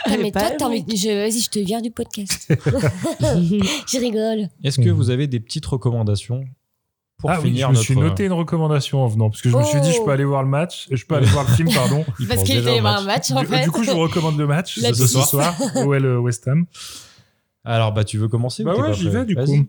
Speaker 4: Ah, mais
Speaker 1: Et pas
Speaker 4: toi, t'as envie.
Speaker 1: Emmerich.
Speaker 4: que- Je... Vas-y, je te viens du podcast. je rigole.
Speaker 3: Est-ce que
Speaker 2: Mhm.
Speaker 3: vous avez des petites recommandations pour
Speaker 2: ah oui, je
Speaker 3: finir
Speaker 2: me
Speaker 3: notre euh,
Speaker 2: suis noté une recommandation en venant parce que je me suis dit je peux aller voir le match, je peux aller voir le film pardon.
Speaker 3: Il
Speaker 4: Oh. Parce
Speaker 3: pense
Speaker 4: qu'il
Speaker 3: déjà
Speaker 4: était
Speaker 3: au
Speaker 4: voir un
Speaker 3: match.
Speaker 4: match en
Speaker 2: Du,
Speaker 4: fait.
Speaker 2: du coup, je vous recommande le match
Speaker 4: La
Speaker 2: ce
Speaker 4: piste.
Speaker 2: soir, OL West Ham.
Speaker 3: Alors bah tu veux commencer ou
Speaker 2: Bah
Speaker 3: t'es
Speaker 2: ouais,
Speaker 3: pas
Speaker 2: j'y
Speaker 3: prêt
Speaker 2: vais du
Speaker 3: Vas-y.
Speaker 2: coup.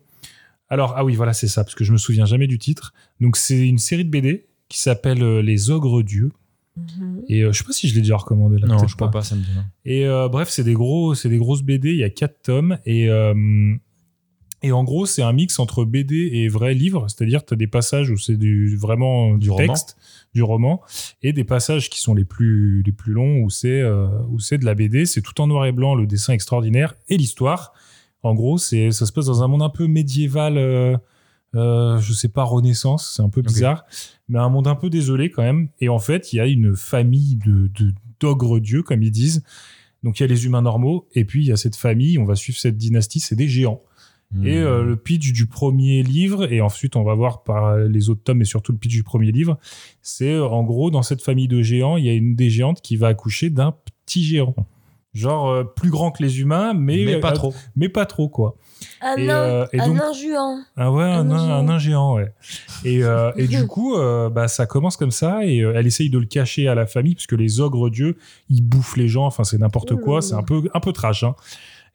Speaker 2: Alors, ah oui, voilà, c'est ça, parce que je me souviens jamais du titre. Donc, c'est une série de BD qui s'appelle euh, Les Ogres Dieux.
Speaker 4: Mhm.
Speaker 2: Et euh, je sais pas si je l'ai déjà recommandé là.
Speaker 3: Non,
Speaker 2: peut-être
Speaker 3: je crois pas, ça me dit. rien.
Speaker 2: Et euh, bref, c'est des gros, c'est des grosses BD. Il y a quatre tomes et euh, et en gros, c'est un mix entre BD et vrai livre. C'est-à-dire, tu as des passages où c'est du vraiment du,
Speaker 3: Du roman.
Speaker 2: texte, du roman, et des passages qui sont les plus les plus longs où c'est euh, où c'est de la BD. C'est tout en noir et blanc, le dessin extraordinaire et l'histoire. En gros, c'est ça se passe dans un monde un peu médiéval. euh, euh, je sais pas, Renaissance, c'est un peu bizarre, mais un monde un peu désolé quand même. Et en fait, il y a une famille de de- d'ogres dieux, comme ils disent. Donc il y a les humains normaux, et puis il y a cette famille, on va suivre cette dynastie, c'est des géants. Et
Speaker 3: Hmm.
Speaker 2: euh,
Speaker 3: Mm.
Speaker 2: le pitch du premier livre, et ensuite on va voir par les autres tomes, et surtout le pitch du premier livre, c'est euh, en gros dans cette famille de géants, il y a une des géantes qui va accoucher d'un petit géant. Genre euh, plus grand que les humains, mais,
Speaker 3: mais pas
Speaker 2: euh,
Speaker 3: trop.
Speaker 2: Mais pas trop, quoi.
Speaker 4: Un
Speaker 2: et,
Speaker 4: nain.
Speaker 2: euh, et
Speaker 4: un
Speaker 2: donc-
Speaker 4: nain juan.
Speaker 2: Ah ouais, un
Speaker 4: Un
Speaker 2: nain,
Speaker 4: géant.
Speaker 2: un nain géant, ouais. Et, euh, et du coup, euh, bah, ça commence comme ça, et euh, elle essaye de le cacher à la famille, puisque les ogres dieux, ils bouffent les gens, enfin c'est n'importe quoi, c'est un peu, un peu trash. hein.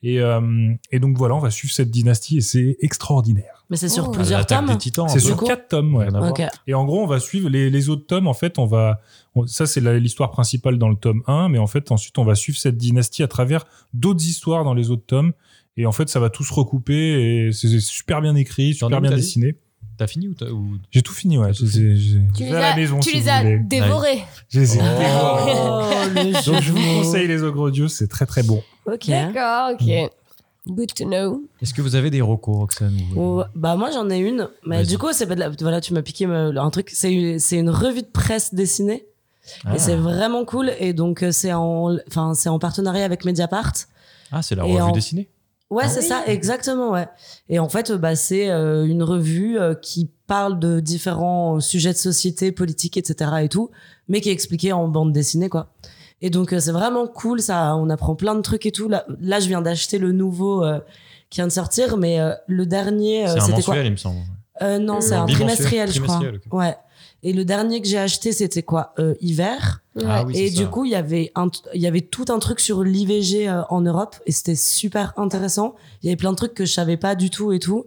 Speaker 2: Et, euh, et donc voilà, on va suivre cette dynastie, et c'est extraordinaire.
Speaker 1: Mais c'est sur
Speaker 4: Oh.
Speaker 1: plusieurs
Speaker 3: L'attaque
Speaker 1: tomes.
Speaker 3: des Titans.
Speaker 2: C'est
Speaker 3: un
Speaker 2: sur
Speaker 3: peu.
Speaker 2: quatre tomes, ouais.
Speaker 3: Rien à voir.
Speaker 1: Ok.
Speaker 2: Et en gros, on va suivre les, les autres tomes. En fait, on va. on- ça, c'est la- l'histoire principale dans le tome 1, mais en fait, ensuite, on va suivre cette dynastie à travers d'autres histoires dans les autres tomes. Et en fait, ça va tout se recouper et c'est c'est super bien écrit,
Speaker 3: as
Speaker 2: super bien
Speaker 3: t'as dit
Speaker 2: dessiné.
Speaker 3: T'as fini ou t'as. ou-
Speaker 2: J'ai tout fini, ouais. J'ai- j'ai- j'ai-
Speaker 4: Tu
Speaker 2: j'ai
Speaker 4: les
Speaker 2: à la
Speaker 4: as,
Speaker 2: maison,
Speaker 4: tu
Speaker 2: si
Speaker 4: les
Speaker 2: vous
Speaker 4: as
Speaker 2: voulez.
Speaker 4: dévorés.
Speaker 2: Je les ai
Speaker 3: Oh.
Speaker 1: Ah
Speaker 2: dévorés. Donc, je vous conseille les ogres odieux, c'est très très bon.
Speaker 1: Ok.
Speaker 4: D'accord, ok. Good to know.
Speaker 3: Est-ce que vous avez des recos, Roxane ou-
Speaker 1: Ouais, Bah moi j'en ai une, mais
Speaker 3: Oh, Vas-y.
Speaker 1: du coup c'est pas de la- voilà tu m'as piqué euh, un truc, c'est une, c'est une revue de presse dessinée
Speaker 3: Ah.
Speaker 1: et c'est vraiment cool et donc euh, c'est en enfin c'est en partenariat avec Mediapart.
Speaker 3: Ah, c'est la
Speaker 1: Et
Speaker 3: revue
Speaker 1: en-
Speaker 3: dessinée.
Speaker 1: Ouais,
Speaker 3: Ah
Speaker 1: c'est
Speaker 3: oui.
Speaker 1: ça, exactement, ouais. Et en fait, euh, bah, c'est euh, une revue euh, qui parle de différents euh, sujets de société, politique, etc. et tout, mais qui est expliquée en bande dessinée, quoi. Et donc, euh, c'est vraiment cool, ça, on apprend plein de trucs et tout. Là, là je viens d'acheter le nouveau euh, qui vient de sortir, mais euh, le dernier, euh,
Speaker 3: C'est un
Speaker 1: c'était quoi
Speaker 3: mensuel, il me semble.
Speaker 1: euh, non,
Speaker 3: Euh,
Speaker 1: c'est un
Speaker 3: bimensuel,
Speaker 1: trimestriel, je crois.
Speaker 3: trimestriel, ok.
Speaker 1: Ouais. Et le dernier que j'ai acheté, c'était quoi Euh, Hiver.
Speaker 3: Ah oui,
Speaker 1: et
Speaker 3: c'est
Speaker 1: du
Speaker 3: ça.
Speaker 1: coup, il y avait un, t- il y avait tout un truc sur l'IVG euh, en Europe, et c'était super intéressant. Il y avait plein de trucs que je savais pas du tout et tout.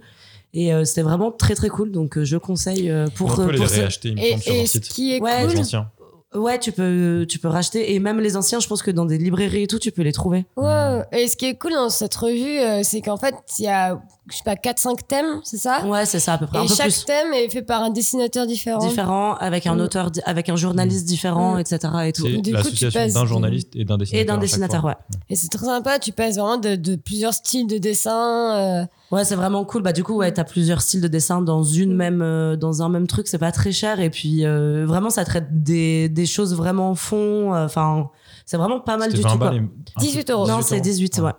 Speaker 1: Et euh, c'était vraiment très très cool, donc euh, je conseille euh,
Speaker 3: On
Speaker 1: pour. euh,
Speaker 3: peut les
Speaker 1: pour ce-
Speaker 3: réacheter, il me
Speaker 4: Et-
Speaker 3: semble, sur
Speaker 4: et
Speaker 3: leur
Speaker 4: ce
Speaker 3: site.
Speaker 4: qui est
Speaker 1: Ouais,
Speaker 3: Les
Speaker 1: cool.
Speaker 3: anciens.
Speaker 1: Ouais, tu peux, tu peux racheter, et même les anciens, je pense que dans des librairies et tout, tu peux les trouver.
Speaker 4: Ouais, et ce qui est cool dans cette revue, euh, c'est qu'en fait, il y a, je sais pas, 4-5 thèmes, c'est ça
Speaker 1: Ah, Ouais, c'est ça à peu près. un
Speaker 4: Et
Speaker 1: peu
Speaker 4: chaque
Speaker 1: plus.
Speaker 4: thème est fait par un dessinateur différent.
Speaker 1: différent avec un
Speaker 4: Mm.
Speaker 1: auteur di- avec un journaliste différent
Speaker 4: Mm.
Speaker 1: etc et tout
Speaker 4: Du coup,
Speaker 3: C'est
Speaker 4: tu
Speaker 3: l'association
Speaker 4: passes
Speaker 3: d'un
Speaker 4: de-
Speaker 3: journaliste et d'un dessinateur.
Speaker 1: et d'un
Speaker 3: à chaque
Speaker 1: dessinateur
Speaker 3: fois.
Speaker 1: ouais
Speaker 4: Et c'est très sympa, tu passes vraiment de, de plusieurs styles de dessin. euh,
Speaker 1: Ouais, c'est vraiment cool. Bah du coup, ouais, t'as plusieurs styles de dessin dans une même, euh, dans un même truc. C'est pas très cher et puis euh, vraiment, ça traite des, des choses vraiment en fond. euh, Enfin, c'est vraiment pas mal
Speaker 3: C'était
Speaker 1: du
Speaker 3: 20
Speaker 1: tout. quoi.
Speaker 3: balles et- un peu-
Speaker 4: 18 euros.
Speaker 1: Non, c'est 18, ouais.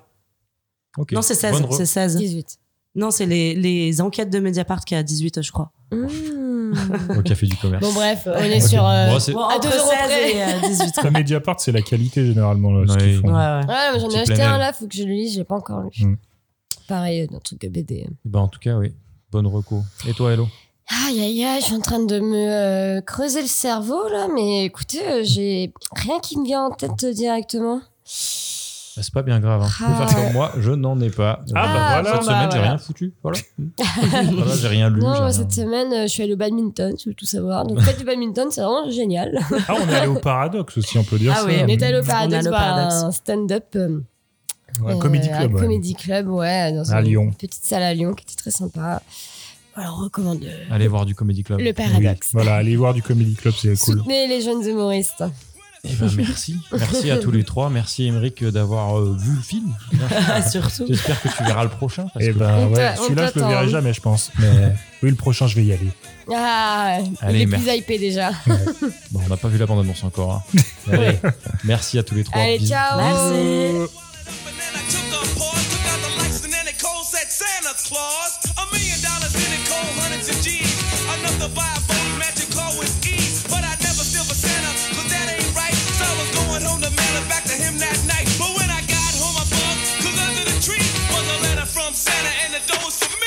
Speaker 3: Ok.
Speaker 1: Non, c'est 16,
Speaker 3: Bonne re-
Speaker 1: c'est 16.
Speaker 4: 18.
Speaker 1: Non, c'est les, les enquêtes de Mediapart qui est à 18, je crois.
Speaker 4: Mmh.
Speaker 3: Au café du commerce.
Speaker 4: bon, bref, on est sur. euh,
Speaker 3: Bon, c'est-
Speaker 1: Bon,
Speaker 4: À
Speaker 1: entre
Speaker 4: deux euros
Speaker 1: 16
Speaker 4: près.
Speaker 1: et euh, 18.
Speaker 2: La Mediapart, c'est la qualité généralement, là, ce
Speaker 3: Ouais.
Speaker 2: qu'ils
Speaker 1: ouais,
Speaker 2: font.
Speaker 1: ouais.
Speaker 4: Ouais, mais j'en ai
Speaker 3: Petit
Speaker 4: acheté
Speaker 3: plein
Speaker 4: un
Speaker 3: air.
Speaker 4: là, faut que je le lise, j'ai pas encore lu.
Speaker 2: Mm.
Speaker 4: Pareil, euh, dans le truc de BD.
Speaker 3: Bah, en tout cas, oui. Bonne reco. Et toi, Hello
Speaker 4: Aïe aïe aïe, je suis en train de me euh, creuser le cerveau là, mais écoutez, euh, j'ai rien qui me vient en tête euh, directement.
Speaker 3: Bah, C'est pas bien grave. Hein. Tu peux
Speaker 4: Ah.
Speaker 3: faire comme moi, je n'en ai pas.
Speaker 2: Ah, bah,
Speaker 3: Cette
Speaker 2: voilà.
Speaker 4: bah,
Speaker 3: semaine, j'ai
Speaker 4: voilà.
Speaker 3: rien foutu. Voilà. Voilà, j'ai rien lu. j'ai
Speaker 4: non, moi,
Speaker 3: rien-
Speaker 4: cette semaine, euh, je suis allée au badminton, si vous voulez tout savoir. Donc, faites du badminton, c'est vraiment génial.
Speaker 2: Ah, on est allé au paradoxe aussi, on peut dire
Speaker 1: Ah
Speaker 2: ça.
Speaker 1: oui,
Speaker 4: On est allé au
Speaker 1: a
Speaker 4: Paradoxe,
Speaker 1: le
Speaker 4: voir
Speaker 1: Paradoxe.
Speaker 4: un stand-up. euh,
Speaker 2: Ouais,
Speaker 4: euh,
Speaker 2: Comedy Club.
Speaker 4: Un
Speaker 2: ouais.
Speaker 4: comedy club, ouais, dans
Speaker 2: À
Speaker 4: une
Speaker 2: Lyon.
Speaker 4: petite salle à Lyon qui était très sympa. Voilà, on recommande euh,
Speaker 3: Allez voir du Comedy Club.
Speaker 4: le
Speaker 2: Ah Oui,
Speaker 4: paradoxe.
Speaker 2: Voilà, allez voir du Comedy Club, c'est cool.
Speaker 4: Soutenez les jeunes humoristes.
Speaker 3: Eh ben, merci. Merci à tous les trois. Merci, Émeric, d'avoir euh, vu le film.
Speaker 1: Surtout.
Speaker 3: J'espère que tu verras le prochain. Parce
Speaker 2: Eh
Speaker 3: que-
Speaker 2: ben
Speaker 4: On
Speaker 2: ouais,
Speaker 4: t'a- on
Speaker 2: celui-là je le
Speaker 4: t'attend, hein.
Speaker 2: verrai jamais je pense. Mais oui, le prochain je vais y aller.
Speaker 4: Ah,
Speaker 3: Allez,
Speaker 4: il est plus hypé déjà.
Speaker 3: Bon, on n'a pas vu la bande-annonce encore. hein. Allez, merci à tous les trois.
Speaker 4: Allez,
Speaker 3: Bisous.
Speaker 4: ciao.
Speaker 1: Merci.
Speaker 5: Banana took a pause, took out the lights, and then it cold said Santa Claus. A million dollars in it, cold hundreds of G's. Enough to buy a phone, magic car with ease. But I never steal for Santa, cause that ain't right. So I was going home to mail it back to him that night. But when I got home, I bugged, cause under the tree was a letter from Santa, and the door was for me.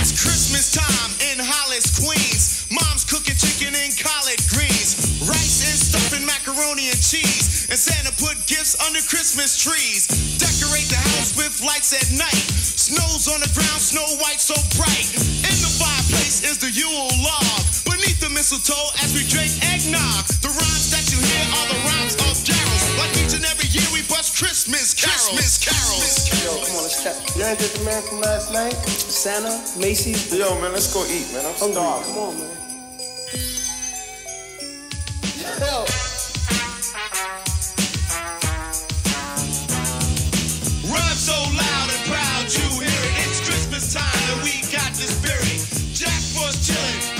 Speaker 5: It's Christmas time in Hollis, Queens. Mom's cooking chicken and collard greens. Rice and stuffing macaroni and cheese. And Santa put gifts under Christmas trees. Decorate the house with lights at night. Snow's on the ground, snow white so bright. In the fireplace is the Yule log. Beneath the mistletoe as we drink eggnog. The rhymes that you hear are the rhymes of carols. Like each and every year we bust Christmas carols. Christmas carols.
Speaker 6: Come on, let's check. You ain't just the man from last night? Santa, Macy's. Yo, man, let's go eat, man. I'm starving. Come on, man. Yo.
Speaker 5: Run so loud and proud you hear it. It's Christmas time and we got the spirit. Jack was chillin',